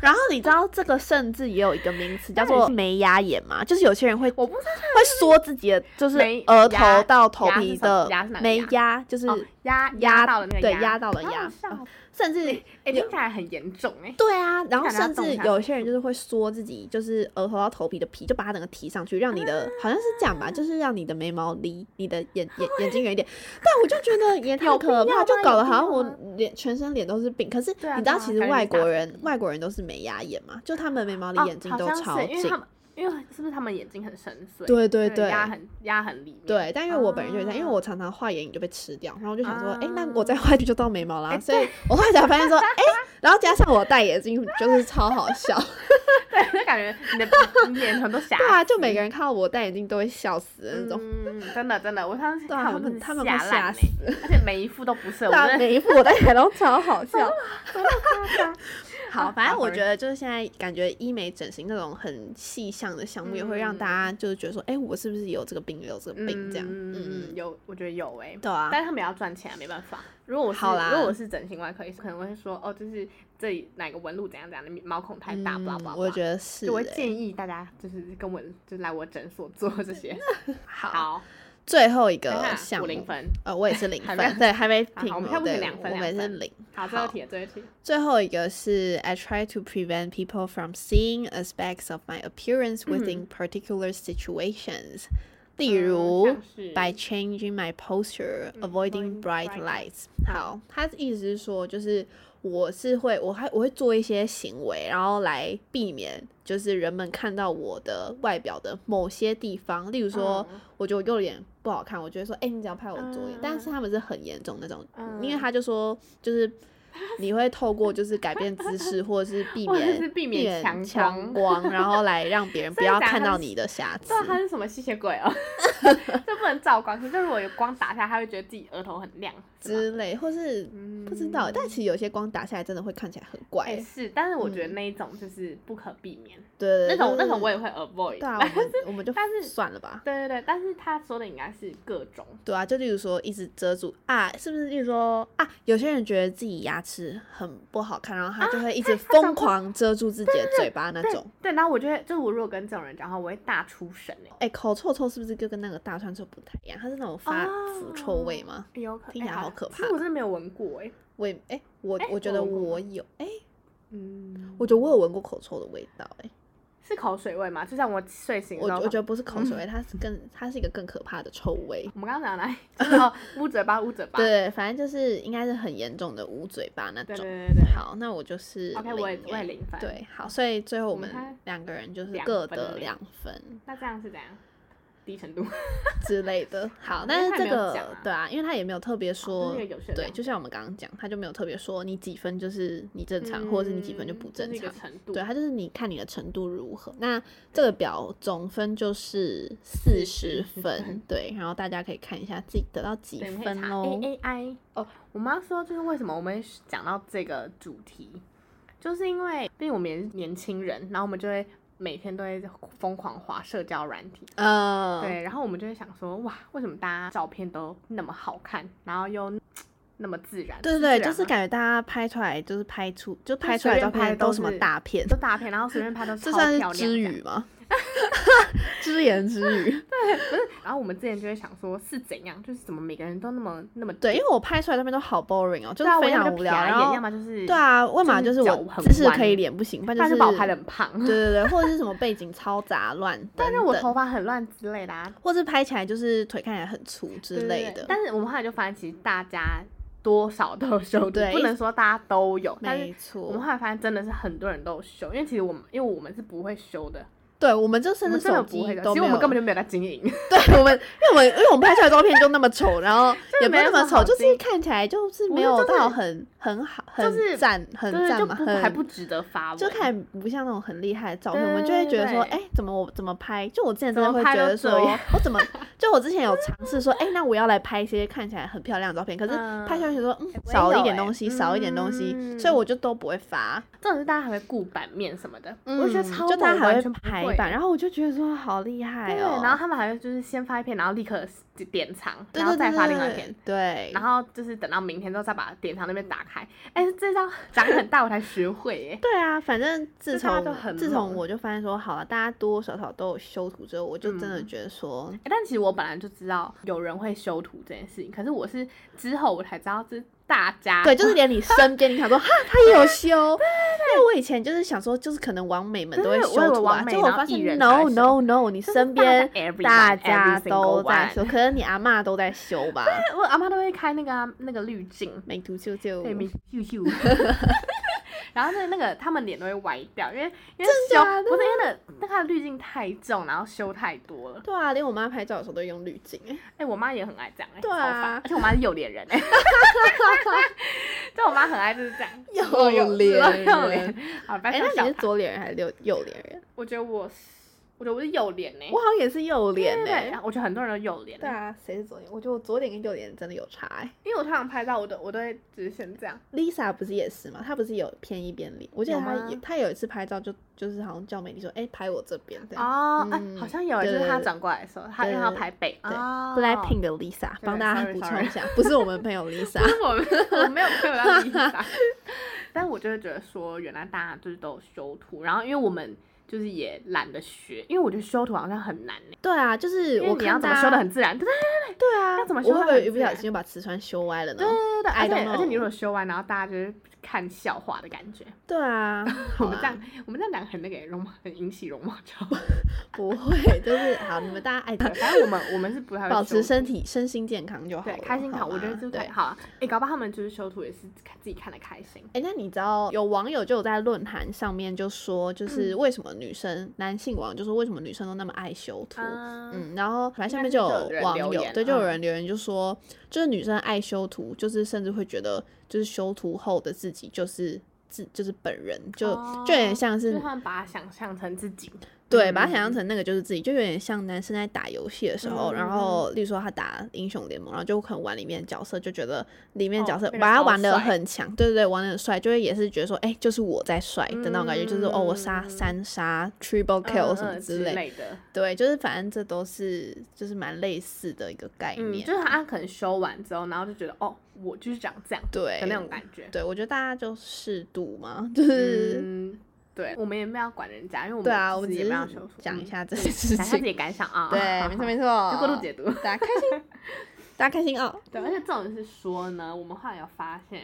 S1: 然后你知道这个甚至也有一个名词叫
S2: 到底
S1: 做
S2: 是
S1: 眉压眼嘛，就是有些人会
S2: 我不知道
S1: 会缩自己的，就是
S2: 眉
S1: 额
S2: 压
S1: 头到头
S2: 压是
S1: 皮
S2: 什么
S1: 的
S2: 压是哪个
S1: 眉
S2: 压
S1: 压，就是
S2: 哦压
S1: 压
S2: 到了那个
S1: 对
S2: 压
S1: 压到了
S2: 好好
S1: 压
S2: 笑哦
S1: 甚至
S2: 哎、
S1: 有
S2: 听起来很严重哎、
S1: 对啊，然后
S2: 感觉要
S1: 甚至
S2: 动下
S1: 有
S2: 手
S1: 些人就是会缩自己，就是额头到头皮的皮，就把它整个提上去，让你
S2: 啊
S1: 的好像是这样吧，就是让你的眉毛离你的眼眼眼睛远一 点。但我就觉得也太
S2: 有必
S1: 可怕，
S2: 要
S1: 就
S2: 吗
S1: 搞
S2: 有
S1: 得
S2: 必
S1: 好像
S2: 要
S1: 我
S2: 吗
S1: 脸全身脸都是病。可是
S2: 对啊
S1: 你知道，
S2: 对啊
S1: 其实
S2: 感觉
S1: 外
S2: 你打
S1: 国
S2: 成
S1: 人外国人都是眉压眼嘛，就他们眉毛
S2: 哦
S1: 离眼睛
S2: 好
S1: 都
S2: 像是
S1: 超
S2: 因为
S1: 近
S2: 他。们因为是不是他们眼睛很深邃？
S1: 对对
S2: 就是
S1: 对，
S2: 压很压很里面。
S1: 对，但因为我本人就是这样，因为
S2: 啊
S1: 我常常画眼影就被吃掉，然后我就想说，哎、那
S2: 啊
S1: 我再画就到眉毛啦，
S2: 哎
S1: 所以我后来才发现说，哎、然后加上我戴眼镜，就是超好笑，
S2: 对，就感觉你的 鼻你眼球都瑕疵。
S1: 对啊，就每个人看到我戴眼镜都会笑死的那种，
S2: 嗯，真的真的，我上次
S1: 对啊
S2: 看
S1: 他们
S2: 是
S1: 他们会
S2: 吓
S1: 吓
S2: 烂
S1: 死
S2: 欸，而且每一副都 不是，我
S1: 对啊，
S2: 真的
S1: 每一副我戴起来都超好 笑。
S2: 真的夸张。
S1: 好，
S2: 啊
S1: 反正我觉，
S2: 好
S1: 得就是现在感觉医美整形那种很细项的项目，也会让大家就是觉得说，哎、我是不是有这个病，有这个
S2: 嗯
S1: 病这样？
S2: 嗯
S1: 嗯
S2: 嗯，有，我觉得有哎。
S1: 对啊，
S2: 但是他们也要赚钱啊，没办法。如果我是
S1: 好啦
S2: 如果我是整形外科医生，可能会说哦，就是这里哪个纹路怎样怎样，你毛孔太大，
S1: 嗯
S2: blah blah blah。
S1: 我觉得是、
S2: 就我会
S1: 哎
S2: 建议大家就是跟我就是来我诊所做这些。
S1: 好，
S2: 好，
S1: 最后一
S2: 等一
S1: 个
S2: 下
S1: 项
S2: 我
S1: 目，
S2: 零分。
S1: 呃，我也 是零
S2: 还
S1: 分
S2: 没，
S1: 对，还没
S2: 好
S1: 评
S2: 我们
S1: 哦
S2: 现在目前
S1: 对
S2: 两分
S1: 我
S2: 两
S1: 每次
S2: 分
S1: 零。
S2: 好，最后一题了，最后一题。
S1: 最后一个是 I try to prevent people from seeing aspects of my appearance within particular situations，、例
S2: 嗯
S1: 如、
S2: 像是
S1: by changing my posture,
S2: 嗯
S1: avoiding
S2: avoiding
S1: bright
S2: bright
S1: lights。
S2: 好
S1: 好，他的意思是说，就是我是会，我还我会做一些行为，然后来避免就是人们看到我的外表的某些地方，例如说，
S2: 嗯
S1: 我觉得我右脸不好看，我觉得说，哎、你只要拍我左脸，但是
S2: 嗯
S1: 他们是很严重那种，
S2: 嗯
S1: 因为他就说，就是你会透过就是改变姿势，或 者是避
S2: 或者
S1: 免
S2: 是避免强
S1: 强
S2: 光
S1: 光，然后来让别人不
S2: 真的
S1: 要
S2: 假的
S1: 看
S2: 他
S1: 到
S2: 是
S1: 你的瑕 疵
S2: 知。道他是什么吸血鬼 哦，这不能照光，可是如果有光打下，他会觉得自己额头很亮，是吧
S1: 之类，或是
S2: 嗯
S1: 不知道，但其实有些光打下来真的会看起来很怪
S2: 哎、
S1: 欸。
S2: 是，但是我觉得那一种就是不可避免，
S1: 对
S2: 那
S1: 对，
S2: 种
S1: 就
S2: 那
S1: 是
S2: 种我也会 avoid。
S1: 嗯对 啊，我们我们就
S2: 但是
S1: 算了吧。
S2: 对对对，但是他说的应该是各种，
S1: 对啊，就例如说一直遮住啊，是不是？例如说啊，有些人觉得自己牙齿很不好看，然后
S2: 啊
S1: 他就会一直疯狂遮住自己的嘴巴那种。
S2: 对，然后我就会，就是我如果跟这种人讲话，我会大出神哎、
S1: 哎，口臭臭是不是就跟那个大川臭不太一样？它是那种发
S2: 哦
S1: 腐臭味吗？
S2: 有可哎
S1: 听起来好可
S2: 其
S1: 怕
S2: 实我真的没有闻过哎、
S1: 我也哎，我
S2: 哎
S1: 我觉得
S2: 我闻过
S1: 我有哎，
S2: 嗯，
S1: 我觉得我有闻过口臭的味道哎，
S2: 是口水味吗？就像我睡醒
S1: 我
S2: 之后，
S1: 我觉得不是口
S2: 嗯
S1: 水味，它是更它是一个更可怕的臭味。
S2: 我们刚刚 讲来，就是哦，捂嘴巴，捂嘴巴，
S1: 对，反正就是应该是很严重的捂嘴巴那
S2: 对
S1: 种。
S2: 对对对。
S1: 好，那我就是
S2: ，OK，我也
S1: 零
S2: 我也
S1: 欸
S2: 零分。，
S1: 对，好，所以最后我
S2: 我们
S1: 们
S2: 看
S1: 两个人就是
S2: 两
S1: 各
S2: 分
S1: 得
S2: 嘞
S1: 两分
S2: 那这样是怎样？低程度，
S1: 之类 的。好，
S2: 因为
S1: 但是
S2: 他
S1: 这
S2: 也没有
S1: 个
S2: 讲啊哦
S1: 对啊，因为他也没有特别说
S2: 这是一个有限
S1: 对，
S2: 量
S1: 就像我们刚刚讲，他就没有特别说你几分就是你正常，或者是你几分就不
S2: 嗯这
S1: 正
S2: 是一
S1: 常
S2: 个。程度。
S1: 对，啊它就是你看你的程度如何。那这个表总分就是四十
S2: 40
S1: 分
S2: 分，
S1: 对，然后大家可以看一下自己得到几
S2: 对，你可以
S1: 分
S2: 查
S1: 喽。
S2: A A I 哦，我妈说就是为什么我们会讲到这个主题，就是因为毕竟我们也是年轻人，然后我们就会每天都会疯狂滑社交软体，
S1: 嗯，
S2: 对，然后我们就会想说，哇，为什么大家照片都那么好看，然后又那么自然？
S1: 对对
S2: 是自
S1: 对，
S2: 然
S1: 就是
S2: 吗
S1: 感觉大家拍出来就是拍出就
S2: 就
S1: 拍出
S2: 随
S1: 来的
S2: 便
S1: 照
S2: 拍
S1: 片
S2: 都
S1: 都什么
S2: 是
S1: 大片，
S2: 都大片，然后随便拍都
S1: 这
S2: 超
S1: 算是
S2: 漂亮
S1: 之
S2: 这
S1: 语
S2: 样。
S1: 吗？只言之语。
S2: 然后我们之前就会想说，是怎样，就是怎么每个人都那么那么
S1: 对，因为我拍出来的照片都好 boring 哦，就
S2: 对
S1: 是
S2: 啊，我
S1: 非
S2: 要么
S1: 常无
S2: 就撇
S1: 聊。
S2: 眼，
S1: 然后
S2: 要么就是
S1: 对，啊，要么
S2: 就是
S1: 是
S2: 脚
S1: 我
S2: 很
S1: 姿势可以
S2: 弯
S1: 脸不行，不
S2: 不
S1: 然
S2: 然
S1: 就是
S2: 就把我拍的很胖。
S1: 对对 对，或者是什么背景嘈杂乱
S2: 但
S1: 等
S2: 是我头
S1: 等，
S2: 发很乱之类的啊
S1: 或是拍起来就是腿看起来很粗之
S2: 对对
S1: 类
S2: 对
S1: 的。
S2: 但是我们后来就发现，其实大家多少都有修图
S1: 对，
S2: 不能说大家都有，但
S1: 没
S2: 是我
S1: 错
S2: 们，后来发现真的是很多人都有修，因为其实我们因为我们是不会修的，
S1: 对我们就
S2: 我
S1: 甚
S2: 们
S1: 至
S2: 真的
S1: 手
S2: 不会
S1: 机
S2: 的，
S1: 都
S2: 其实
S1: 没
S2: 我们
S1: 有，
S2: 根本就没有在经营，
S1: 对我们，因为我们因为我们拍出来的照片就那么丑，然后也不是
S2: 没
S1: 那
S2: 有
S1: 么
S2: 什么
S1: 丑，
S2: 好
S1: 就是
S2: 惊
S1: 看起来就是
S2: 我
S1: 没
S2: 觉得
S1: 有
S2: 就是
S1: 到很很好、
S2: 就
S1: 很
S2: 是
S1: 赞、很
S2: 对，
S1: 赞
S2: 就
S1: 嘛，
S2: 不还
S1: 很
S2: 不值得发文，
S1: 就看起来不像那种很厉害的照片，
S2: 对
S1: 我们就会觉得说，
S2: 对
S1: 哎、怎么我怎么拍？就我之前
S2: 怎
S1: 真的
S2: 么
S1: 会
S2: 拍
S1: 觉
S2: 都
S1: 得
S2: 这
S1: 说
S2: 样，
S1: 我怎么就我之前有尝试说，哎、那我要来拍一些看起来很漂亮的照片，可是
S2: 嗯
S1: 拍下来觉得，
S3: 我
S1: 嗯，
S3: 也
S1: 少了一
S3: 有
S1: 点
S3: 欸
S1: 东西，少一点东西，
S2: 嗯
S1: 所以我就都不会发。
S2: 这种是大家还会顾版面什么的，
S1: 嗯，
S2: 我就觉得超
S1: 就大家
S2: 猛
S1: 还
S2: 完
S1: 会
S2: 全不
S1: 排
S2: 会
S1: 版，然后我就觉得说好厉害
S2: 对，
S1: 哦。
S2: 然后他们还会就是先发一篇，然后立刻典藏，
S1: 对
S2: 然后
S1: 对
S2: 再
S1: 对
S2: 发另外一
S1: 对
S2: 篇。
S1: 对，
S2: 然后就是等到明天之后再把典藏那边打开，哎、这招 长很大我才学会耶、
S1: 对啊，反正自
S2: 就大家都
S1: 从
S2: 很
S1: 自从
S2: 猛
S1: 我就发现说，好了，大家多多少少都有修图之后，我就真的
S2: 嗯
S1: 觉得说，
S2: 哎但其实我本来就知道有人会修图这件事情，可是我是之后我才知道，就是大家
S1: 对，就是连你身边，你想说哈，他也有修，因为我以前就是想说，就是可能网美们都会
S2: 对
S1: 修
S2: 对我以为
S1: 图啊，
S2: 网美
S1: 结果我
S2: 然后
S1: 发
S2: 艺
S1: 现
S2: 人才会
S1: no
S2: 修
S1: no no，你
S2: 就是
S1: 身
S2: 大
S1: 边
S2: everyone，
S1: 大
S2: every
S1: 家
S2: single
S1: 都在
S2: one
S1: 修，可能你阿嬷都在修 吧，
S2: 我阿妈都会开那个啊、那个滤镜，
S1: 美图秀秀，
S2: 对，咻咻。 然后那那个他们脸都会歪掉，因为因为修
S1: 假的
S2: 不是因为那那它的滤镜太重，然后修太多了。
S1: 对啊，连我妈拍照的时候都用滤 镜，
S2: 哎、我妈也很爱这样、哎，
S1: 对
S2: 超烦
S1: 啊
S2: 而且我妈是有脸人、哎， 就我妈很爱就是这样，
S1: 有
S2: 左右
S1: 脸
S2: 左右
S1: 人
S2: 脸。好，不要
S1: 哎，
S2: 笑
S1: 那你
S2: 小
S1: 是
S2: 孩
S1: 左脸人还是右右脸人？
S2: 我觉得我是，我觉得我是右脸呢、
S1: 我好像也是右脸
S2: 哎对对对
S1: 哎，
S2: 我觉得很多人都右脸、
S1: 对啊，谁是左脸？我觉得我左脸跟右脸真的有差哎。
S2: 因为我通常拍照，我都我都会只是先这样，
S1: Lisa 不是也是吗？她不是有偏一边脸？我记得
S2: 有啊
S1: 她
S2: 吗
S1: 也她有一次拍照就就是好像叫美丽说，哎、拍我这边这样。
S2: 哦，哎、
S1: 嗯
S2: 好像有，就
S1: 对
S2: 是
S1: 对
S2: 他
S1: 对
S2: 转过来的时候，他因为
S1: 对
S2: 他要
S1: 对
S2: 拍背，
S1: 对
S2: 哦
S1: Blackpink 的 Lisa，帮大家
S2: sorry，
S1: 补充
S2: sorry
S1: 一下，不是我们朋友 Lisa，
S2: 因为我们我没有朋友要理他，但我就会觉得说，原来大家就是都有修图，然后因为我们就是也懒得学，因为我觉得修图好像很难呢、
S1: 对啊，就是
S2: 因为
S1: 我
S2: 你要
S1: 看
S2: 怎么
S1: 大
S2: 修的
S1: 家
S2: 很自然，对对
S1: 对啊，
S2: 要怎么修
S1: 我会
S2: 得
S1: 不会
S2: 很
S1: 一不
S2: 自
S1: 小
S2: 然
S1: 心就把瓷川修歪了呢
S2: 对？啊对对，
S1: I
S2: 而
S1: don't
S2: 且而且你
S1: know
S2: 如果修完，然后大家就是看笑话的 感觉，
S1: 对 啊，
S2: 我
S1: 好
S2: 们这
S1: 啦
S2: 样，我们这样讲很那个容貌，很引起容貌 焦虑。
S1: 不会，就是好，你们大家爱
S2: 反正我们我们是不太会
S1: 保持
S2: 修
S1: 身体身心健康就好
S2: 对
S1: 了，
S2: 开心
S1: 好
S2: 看，我觉得
S1: 吗
S2: 就
S1: 对
S2: 是。好啊。哎、搞不好他们就是修图也是看自己看的开心。
S1: 哎、那你知道有网友就有在论坛上面就说，
S2: 嗯
S1: 就是为什么女生、男性网友就说为什么女生都那么爱修图？
S2: 嗯，
S1: 嗯，然后反正下
S2: 应
S1: 面
S2: 该
S1: 就是
S2: 就
S1: 有
S2: 有人
S1: 网
S2: 留
S1: 友
S2: 言
S1: 对，就有
S2: 嗯
S1: 人留言就说，就是女生爱修图，就是甚至会觉得，就是修图后的自己就是自就是本人，就、就有点
S2: 哦
S1: 像
S2: 就是是他们把它想象成自己，
S1: 对，把它想象
S2: 嗯
S1: 成那个就是自己，就有点像男生在打游戏的时候，然
S2: 嗯
S1: 后例如说他打英雄联盟，然后就可能玩里面的角色，就觉得里面的角
S2: 哦
S1: 色、
S2: 那个
S1: 把他
S2: 超
S1: 玩的
S2: 帅
S1: 很强，对对对，玩的很帅，就会也是觉得说，哎、就是我在帅的那种感觉，就是哦，我杀
S2: 嗯
S1: 三杀 triple
S2: 嗯
S1: kill
S2: 嗯
S1: 什么
S2: 嗯
S1: 之
S2: 之
S1: 类，
S2: 的。
S1: 对，就是反正这都是就是蛮类似的一个概
S2: 嗯，
S1: 念，
S2: 就是他可能修完之后，然后就觉得哦，我就是长这样
S1: 对
S2: 的那种感觉。
S1: 对，我觉得大家就适度嘛，就是、
S2: 嗯，对，我们也没有管人家，因为我们
S1: 对啊，我们
S2: 自己
S1: 只
S2: 也没
S1: 是
S2: 有修图，
S1: 讲一
S2: 嗯
S1: 下这
S2: 对
S1: 件事
S2: 讲一下自
S1: 情，
S2: 己感想啊。
S1: 对，
S2: 好
S1: 没
S2: 好
S1: 错没错，
S2: 就过度解读。
S1: 大家开心， 大家开心哦。
S2: 对，而啊且重点是说呢，我们后来有发现，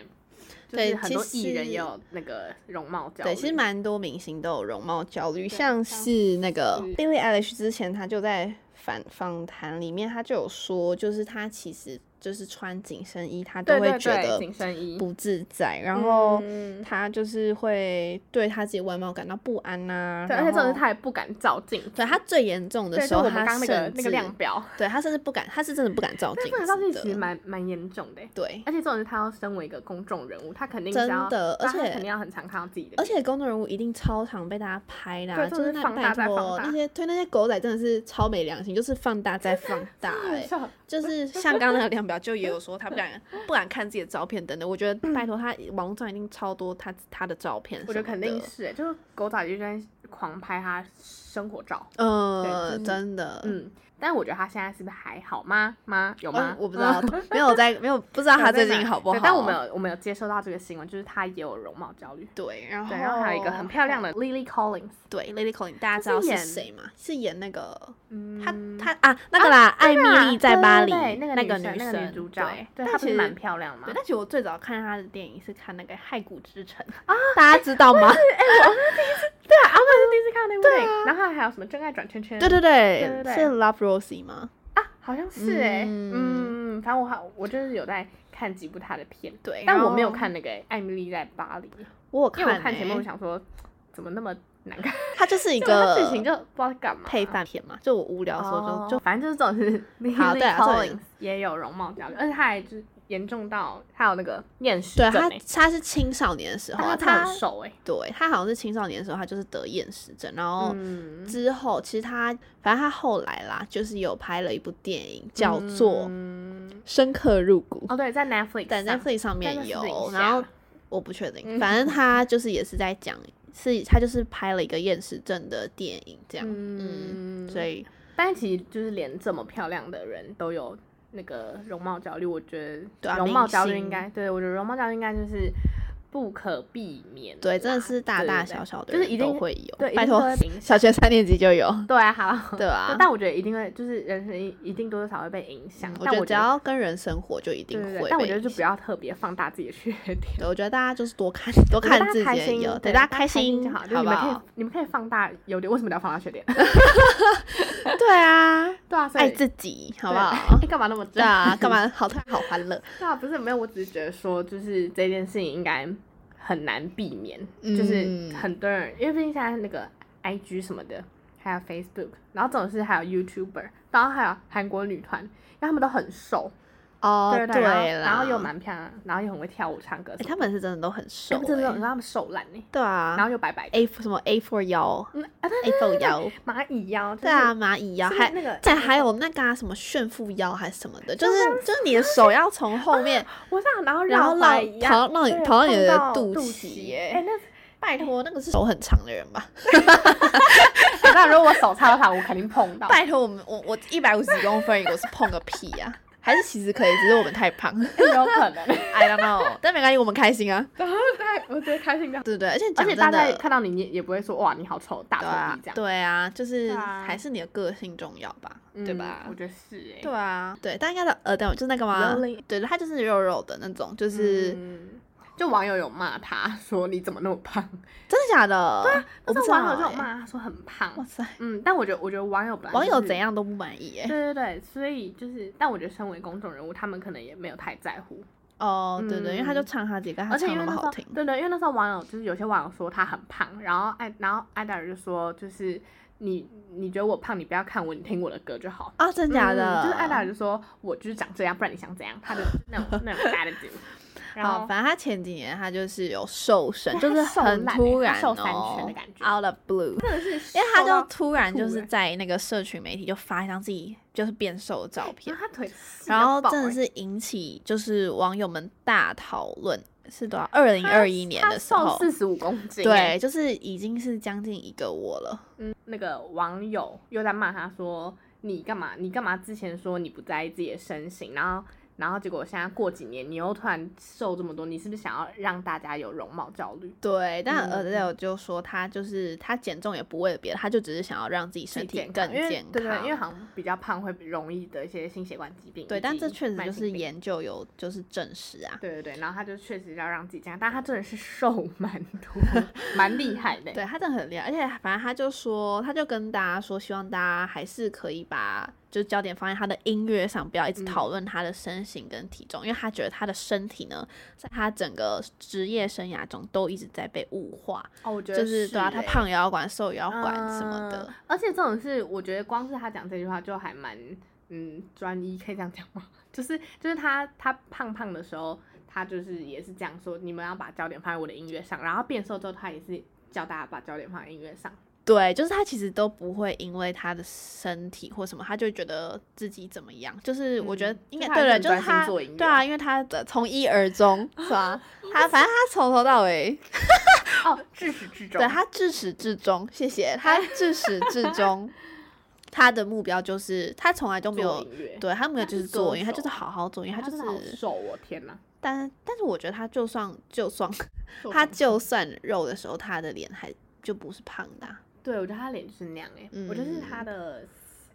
S2: 就
S1: 对
S2: 是很多
S1: 其
S2: 艺人
S1: 实
S2: 也有那个容貌焦虑。
S1: 对，其实蛮多明星都有容貌焦虑，
S2: 对
S1: 像
S2: 像
S1: 是那个
S2: 是
S1: Billie Eilish 之前她就在反访谈里面，她就有说，就是她其实就是穿紧身衣，她都
S2: 对
S1: 会
S2: 对
S1: 觉
S2: 对
S1: 得
S2: 紧身衣，
S1: 不自在，然后
S2: 嗯
S1: 她就是会对她自己外貌感到不安呐、
S2: 对，而
S1: 然
S2: 且重点是
S1: 后
S2: 他也不敢照镜子。
S1: 对她最严重的
S2: 对，
S1: 时
S2: 就
S1: 候，
S2: 我们
S1: 她
S2: 刚刚那个
S1: 甚
S2: 那个量
S1: 至
S2: 表，
S1: 对她甚至不敢，她是真的不敢照镜
S2: 对，不敢照镜子其
S1: 子
S2: 实
S1: 的，
S2: 蛮蛮严重的欸。
S1: 对。
S2: 而且重点是他要身为一个公众人物，他肯定是
S1: 真
S2: 要
S1: 的而
S2: 对他
S1: 且
S2: 肯定要很常看到自己的脸，
S1: 而且公众人物一定超常被大家拍啦，
S2: 对
S1: 就
S2: 就是是
S1: 那
S2: 放大
S1: 拜
S2: 再
S1: 托
S2: 放大
S1: 那些对那些狗仔真的是超没良心，就是放大再 放大、欸，
S2: 笑
S1: 就是像刚刚那个 量表就也有说他不 敢不敢看自己的照片等等，我觉得拜托他网络上一定超多他他的照片什么
S2: 我
S1: 的，
S2: 觉得肯定是欸，就是狗仔就在狂拍他生活照，
S1: 呃，
S2: 对就是
S1: 真的，
S2: 嗯，但我觉得他现在是不是还好吗？吗？有吗
S1: 嗯呃
S2: 嗯
S1: 我？我不知道，没有在没有不知道
S2: 有
S1: 他最
S2: 在
S1: 近
S2: 哪
S1: 好不好
S2: 对，但我们有我们有接收到这个新闻，就是他也有容貌焦虑。
S1: 对，然后
S2: 对，然后还有一个
S1: 哦
S2: 很漂亮的 Lily Collins，
S1: 对 Lily Collins，大家知
S2: 她
S1: 道
S2: 是
S1: 是
S2: 演
S1: 谁吗？是演那个
S2: 嗯，
S1: 她她啊那个啦，艾
S2: 对啊
S1: 米丽在
S2: 对
S1: 巴黎
S2: 对对那
S1: 个
S2: 女生那个女主角，
S1: 对，
S2: 对，
S1: 但
S2: 她不
S1: 其
S2: 是
S1: 实
S2: 蛮漂亮吗
S1: 对，？但其实我最早看他的电影是看那个《骸骨之城》啊， 大家知道吗？
S2: 对啊，我也是第一次看到那部电影，然后还有什么《真爱转圈圈》？
S1: 对对对
S2: 啊对对对
S1: 是 Love Rosie 吗？
S2: 啊，好像是哎、
S1: 嗯
S2: 嗯，反正我好，我就是有在看几部她的片，
S1: 对
S2: 但
S1: 然
S2: 我没有
S1: 后
S2: 看那个欸《艾米丽在巴黎》，
S1: 我有
S2: 因为我
S1: 看
S2: 看前面，
S1: 欸
S2: 我想说怎么那么难看。
S1: 它 就是一
S2: 这种事
S1: 个
S2: 情就不知道干嘛
S1: 配。饭片嘛，就我无聊的时候
S2: 哦
S1: 就就
S2: 反正就是这种是
S1: 好
S2: Lily
S1: 对啊
S2: Collins 也有容貌焦虑，而且他还就是严重到他有那个厌食
S1: 对
S2: 症
S1: 他
S2: 欸，
S1: 他是青少年的时候啊，
S2: 他
S1: 他
S2: 很瘦哎，
S1: 对他好像是青少年的时候，他就是得厌食症，然后
S2: 嗯，
S1: 之后其实他反正他后来啦，就是有拍了一部电影叫做《
S2: 嗯
S1: 深刻入骨》，
S2: 哦对，在 Netflix
S1: 但
S2: 上
S1: Netflix 上
S2: 在
S1: 面
S2: Netflix
S1: 有，
S2: 下
S1: 然后我不确定，
S2: 嗯
S1: 反 正他就是也是在讲，是他就是拍了一个厌食症的电影这样，嗯，
S2: 嗯，
S1: 所以
S2: 但其实就是连这么漂亮的人都有那个容貌焦虑，我觉
S1: 对啊
S2: 得容貌焦
S1: 明
S2: 虑
S1: 星
S2: 应该，对我觉得容貌焦虑应该就是不可避免啦，
S1: 对，真的是大
S2: 对
S1: 大
S2: 对对
S1: 小小的
S2: 就是一
S1: 人
S2: 定
S1: 都会有，
S2: 对一
S1: 拜
S2: 定都
S1: 托
S2: 会影，响
S1: 小学三年级就 有，
S2: 对啊，好，
S1: 对啊
S2: 但我觉得一定会，就是人生一定多多少少会被影响，
S1: 嗯我
S2: 但
S1: 觉
S2: 我
S1: 得只要跟人生活就一定
S2: 对
S1: 会
S2: 对
S1: 被
S2: 对，但我觉得就不要特别放大自己的缺 点。
S1: 对，我觉得大家就是多看多
S2: 我觉得
S1: 看自己
S2: 大家开
S1: 的
S2: 心，
S1: 有，
S2: 对，
S1: 大
S2: 大
S1: 家开
S2: 心
S1: 心，
S2: 就好。就是
S1: 好
S2: 你
S1: 不
S2: 们可以
S1: 好？，
S2: 你们可以放大优点，为什么你要放大缺点？
S1: 对啊，
S2: 对啊，所以
S1: 爱自己，好不
S2: 对？
S1: 好
S2: 干嘛那么
S1: 对啊，干
S2: 嘛？
S1: 嘛好看好欢乐？
S2: 对啊，不是没有，我只是觉得说，就是这件事情应该很难避免，就是
S1: 嗯
S2: 很多人，因为毕竟现在那个 I G 什么的，还有 Facebook，然后总是还有 YouTuber，然后还有韩国女团，因为他们都很瘦，
S1: 哦，
S2: 对对
S1: 啦，
S2: 然后然后又蛮漂亮，然后又很会跳舞、唱歌
S1: 诶，
S2: 什么
S1: 他们是真的都很瘦
S2: 的，真的，你
S1: 欸，
S2: 知道他们瘦烂呢，
S1: 对
S2: 然
S1: 啊
S2: 后又白白的，
S1: ，A 什么 A four 腰
S2: 嗯啊对
S1: ，A
S2: 对
S1: four
S2: 对对
S1: 腰，
S2: 蚂蚁腰，就是
S1: 对啊，，蚂蚁腰
S2: 是
S1: 还。
S2: 那个啊
S1: 再还有那个啊、什么炫富腰还是什么的，就是就是你的手要从后 面，
S2: 我想，然后
S1: 然后
S2: 绕
S1: 绕
S2: 怀一样
S1: 跑到你
S2: 对
S1: 跑到你的
S2: 碰
S1: 肚
S2: 肚
S1: 脐
S2: 耶
S1: 耶
S2: 哎，那
S1: 拜托那个是手很长的人吧？
S2: 那如果我手插到它，我肯定碰到。
S1: 拜托我们我我一百五十公分，我是碰个屁呀、啊！还是其实可以，只是我们太胖。
S2: 有可能。
S1: I don't know，但没关系，我们开心啊，
S2: 然后大家，我觉得开心的。
S1: 对不对？而且
S2: 而
S1: 讲
S2: 且
S1: 真
S2: 大家也
S1: 的，
S2: 看到你也也不会说哇你好丑大
S1: 对
S2: 丑
S1: 啊
S2: 逼这，样，
S1: 对啊，就是
S2: 对啊
S1: 还是你的个性重要吧，
S2: 嗯
S1: 对吧
S2: 我？觉得是哎、欸，
S1: 对啊，对，大家的耳朵就是那个嘛
S2: Rolling，
S1: 对，它就是肉肉的那种，就是、
S2: 嗯就网友有骂他说你怎么那么胖，
S1: 真的假的？对啊，我不知
S2: 是
S1: 道、
S2: 网友就有
S1: 欸。
S2: 骂他说很胖
S1: 哇，塞，
S2: 嗯，但我觉得我觉得网友本来、
S1: 网友怎
S2: 样？
S1: 样都不满意哎、
S2: 对对对，所以就是，但我觉得身为公众人物，他们可能也没有太在乎，
S1: 哦，对对，因为他就
S2: 嗯
S1: 唱他几个，他
S2: 而且
S1: 唱
S2: 因
S1: 那
S2: 为
S1: 么
S2: 那时
S1: 好
S2: 候，
S1: 听，
S2: 对对，因为那时候网友就是有些网友说他很胖，然后艾然后艾达尔就说就是你你觉得我胖，你不要看我，你听我的歌就好。
S1: 啊，真假的？
S2: 嗯就是艾达尔就说我就是长这样，不然你想怎样？ 他的那种那种 attitude。然
S1: 好，
S2: 后
S1: 反正他前几年他就是有瘦身，
S2: 对
S1: 就
S2: 他
S1: 是
S2: 瘦
S1: 很
S2: 烂
S1: 突
S2: 欸他
S1: 然
S2: 瘦
S1: 哦
S2: 三圈的感觉
S1: o u t of blue。
S2: 真的是，
S1: 因为他
S2: 瘦到
S1: 就突然就是
S2: 吐欸
S1: 在那个社群媒体就发一张自己就是变瘦的照片
S2: 然，嗯后他腿细到
S1: 然后
S2: 爆
S1: 真的
S2: 欸
S1: 是引起就是网友们大讨论，是多少？二零二一年的时候，
S2: 四十五公斤欸，
S1: 对，就是已经是将近一个我了。
S2: 嗯那个网友又在骂他说你干嘛？你干嘛之前说你不在意自己的身形，然后然后结果现在过几年你又突然瘦这么多，你是不是想要让大家有容貌焦虑？
S1: 对，但
S2: 嗯
S1: Adele 就说她就是她减重也不为了别的，她就只是想要让自己身体
S2: 健
S1: 更
S2: 康因为
S1: 健康。
S2: 对对，因为好像比较胖会容易得一些心血管疾病以及慢性病。
S1: 对，但这确实就是研究有就是证实啊，
S2: 对对对，然后他就确实要让自己这样，但他真的是瘦蛮多， 蛮厉害的。
S1: 对他真的很厉害，而且反正他就说，他就跟大家说，希望大家还是可以把就是焦点放在他的音乐上，不要一
S2: 嗯
S1: 直讨论他的身形跟体重，因为他觉得他的身体呢，在他整个职业生涯中都一直在被物化，
S2: 哦，我觉得
S1: 就是对啊，他
S2: 欸
S1: 胖也要管，瘦也要管什么的。
S2: 嗯而且这种事，我觉得光是他讲这句话就还蛮嗯专一，可以这样讲吗？ 就是就是他他胖胖的时候，他就是也是这样说，你们要把焦点放在我的音乐上，然后变瘦之后，他也是叫大家把焦点放在音乐上。
S1: 对，就是他其实都不会因为他的身体或什么，他就觉得自己怎么样。就是我觉得
S2: 嗯
S1: 应该、
S2: 就他还
S1: 对
S2: 是
S1: 了，
S2: 很
S1: 就是
S2: 专心
S1: 他
S2: 做音乐
S1: 对啊，因为他的从一而终是 吧？他反正他从头到尾，
S2: 哦，至始至终。
S1: 对他至始至终，谢谢他至始至终，他的目标就是他从来都没
S2: 做
S1: 有。
S2: 音乐，
S1: 对他没有
S2: 他
S1: 就是
S2: 是
S1: 做
S2: 歌
S1: 音乐，他就是
S2: 手
S1: 好好做音乐，
S2: 他
S1: 他就
S2: 真的好
S1: 是，
S2: 瘦哦，天哪！
S1: 但但是我觉得他就算就 算
S2: 瘦
S1: 他
S2: 成
S1: 就算肉的时候，他的脸还就不是胖的啊、
S2: 对我觉得他脸就是那样哎、我觉得是他的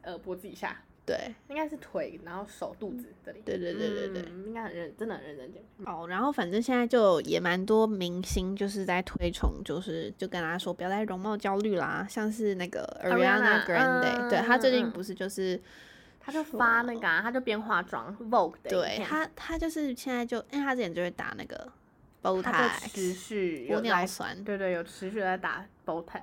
S2: 呃脖子以下，
S1: 对，
S2: 应该是腿，然后手、肚子这里。
S1: 对对对对对
S2: 嗯应该很认，真的很认真减肥。
S1: 哦，然后反正现在就也蛮多明星就是在推崇，就是就跟大家说不要再容貌焦虑啦，像是那个
S2: Ariana
S1: Ariana Grande，、对她最近
S2: 嗯
S1: 不是就是
S2: 他就发那个、啊，他就边化妆 Vogue 的影
S1: 对
S2: 片，
S1: 她她就是现在就因为她之前就会打那个
S2: 他就
S1: Botox
S2: 持续
S1: 玻
S2: 有
S1: 尿
S2: 在，
S1: 酸，
S2: 对对，有持续地在打 Botox，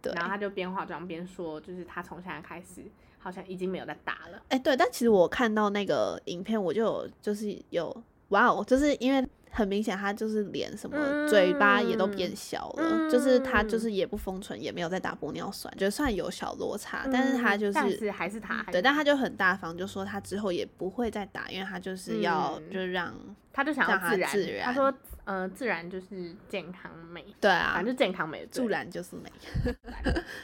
S1: 对
S2: 然后他就边化妆边说，就是他从现在开始好像已经没有在打了。
S1: 哎、对，但其实我看到那个影片，我就有就是有哇哦，就是因为很明显他就是脸什么、嘴巴也都变小了，就是他就
S2: 嗯
S1: 是也不丰唇，也没有在打玻尿酸，就算有小落差，但是他
S2: 嗯
S1: 就是。
S2: 但是还是他，还
S1: 对，
S2: 是
S1: 但他就很大方，就说他之后也不会再打，因为他就是要、
S2: 嗯
S1: 就是让，
S2: 他就想要
S1: 让他
S2: 自然，
S1: 自
S2: 他
S1: 然
S2: 说呃自然就是健康美，
S1: 对
S2: 反
S1: 啊，
S2: 正就健康美
S1: 助燃就是美，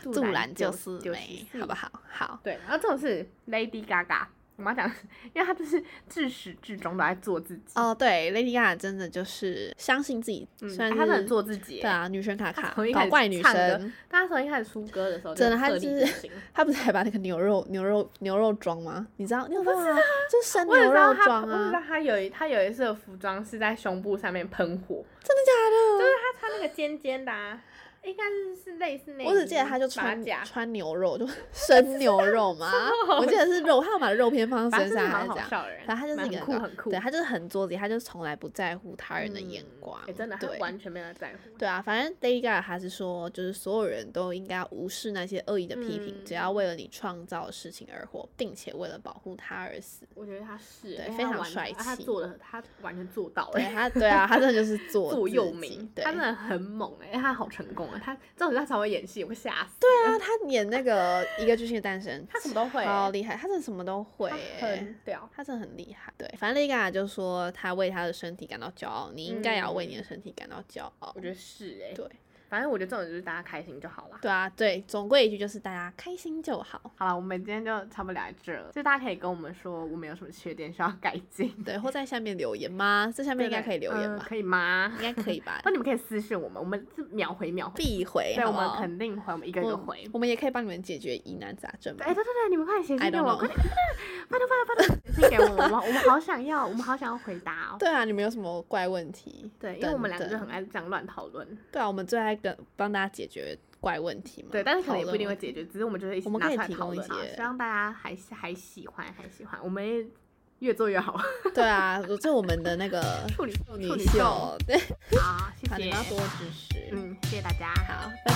S2: 助
S1: 助
S2: 燃
S1: 燃就
S2: 就是
S1: 美，好不
S2: 吧？
S1: 好？好，
S2: 对，然后这种是 Lady Gaga，我们要讲，因为她就是至始至终都在做自己，
S1: 哦，对，Lady Gaga 真的就是相信自己，
S2: 嗯，
S1: 虽然
S2: 她真的很
S1: 是
S2: 做自己，
S1: 对，啊，女神卡
S2: 她
S1: 卡
S2: 从一开
S1: 搞
S2: 始
S1: 怪女
S2: 唱歌
S1: 生，
S2: 但她从一开始出歌的时候就
S1: 真的她
S2: 鹤立
S1: 就是
S2: 鸡群
S1: 她不是还把那个牛肉牛肉牛肉妆吗？你知道？你有看吗？就生
S2: 我也
S1: 牛
S2: 知道
S1: 肉
S2: 她，
S1: 妆
S2: 我知
S1: 啊
S2: 道，她有一她有一次的服装是在胸部上面喷火，
S1: 真的假的？
S2: 她穿那个尖尖的、啊，应该是是类似那，
S1: 我只记得她就穿
S2: 马哎甲，
S1: 穿牛肉， 就 生牛肉嘛，我记得是肉，她把肉片放
S2: 反
S1: 身
S2: 正就
S1: 上
S2: 是
S1: 还
S2: 蛮
S1: 是
S2: 好
S1: 这样。
S2: 笑的人，
S1: 反正她就是
S2: 蛮
S1: 一个
S2: 酷
S1: 人
S2: 很酷，
S1: 对她就是很做自己，她就从来不在乎他人的眼
S2: 嗯
S1: 光，
S2: 欸真的，她
S1: 对
S2: 完全没有在乎。
S1: 对啊，反正 Lady Gaga 还是说，就是所有人都应该要无视那些恶意的批评，
S2: 嗯
S1: 只要为了你创造的事情而活，并且为了保护他而 死。
S2: 我觉得他是
S1: 对
S2: 因为
S1: 非
S2: 他
S1: 常
S2: 完
S1: 帅
S2: 全啊他
S1: 气
S2: 做了，他完全做到了欸
S1: 对。他，对啊，他真的就是做
S2: 座
S1: 自
S2: 右
S1: 己
S2: 铭，
S1: 对
S2: 他真的很猛哎、他好成功啊！他这种他才会演戏，我会吓死。
S1: 对啊，他演那个一个巨星的诞生，
S2: 他什么都会
S1: 超
S2: 欸
S1: 厉害，他真的什么都会、
S2: 他
S1: 欸
S2: 很。屌。
S1: 他真的很厉害，对，反正 Lady Gaga 就说他为他的身体感到骄傲，你应该也要为你
S2: 嗯
S1: 的身体感到骄傲。
S2: 我觉得是哎、
S1: 对，
S2: 反正我觉得这种就是大家开心就好了。
S1: 对啊，对，总归一句就是大家开心就好，
S2: 好了，我们今天就差不多聊到这了，就大家可以跟我们说我们有什么缺点需要改进。
S1: 对，或在下面留言吗？这下 面应该可以留言
S2: 嗯
S1: 吧？
S2: 可以吗？
S1: 应该可以吧
S2: 那？你们可以私信我们，我们是秒回秒回，
S1: 必回，
S2: 对，
S1: 好
S2: 我
S1: 不
S2: 们
S1: 好
S2: 肯定回，我们一个一
S1: 哦我
S2: 个回。
S1: 我们也可以帮你们解决疑难杂症嘛
S2: 哎、。对对对，你们快写
S1: I
S2: 信给
S1: don't
S2: 我，
S1: know
S2: 快点快点，拜托拜托拜托，写信给我，我们我们好想要，我们好想要回答哦。
S1: 对啊，你们有什么怪问题？
S2: 对，因为我们两个就
S1: 等
S2: 很
S1: 等
S2: 爱这样乱讨论，
S1: 对啊，我们最爱跟帮大家解决怪问题嘛。
S2: 对，但是可能也
S1: 讨
S2: 不一定会
S1: 论
S2: 解决，只是我们就是一起
S1: 我们
S2: 拿
S1: 可以
S2: 出来
S1: 提
S2: 讨
S1: 供一
S2: 论啊，
S1: 些
S2: 希望大家还是还喜欢，还喜欢，我们也越做越好。
S1: 对啊，我这我们的那个
S2: 处女
S1: 处
S2: 处
S1: 女
S2: 女
S1: 秀，对，
S2: 好，谢
S1: 好，你们
S2: 谢
S1: 要，多支持。
S2: 嗯，谢谢大家，
S1: 好，拜。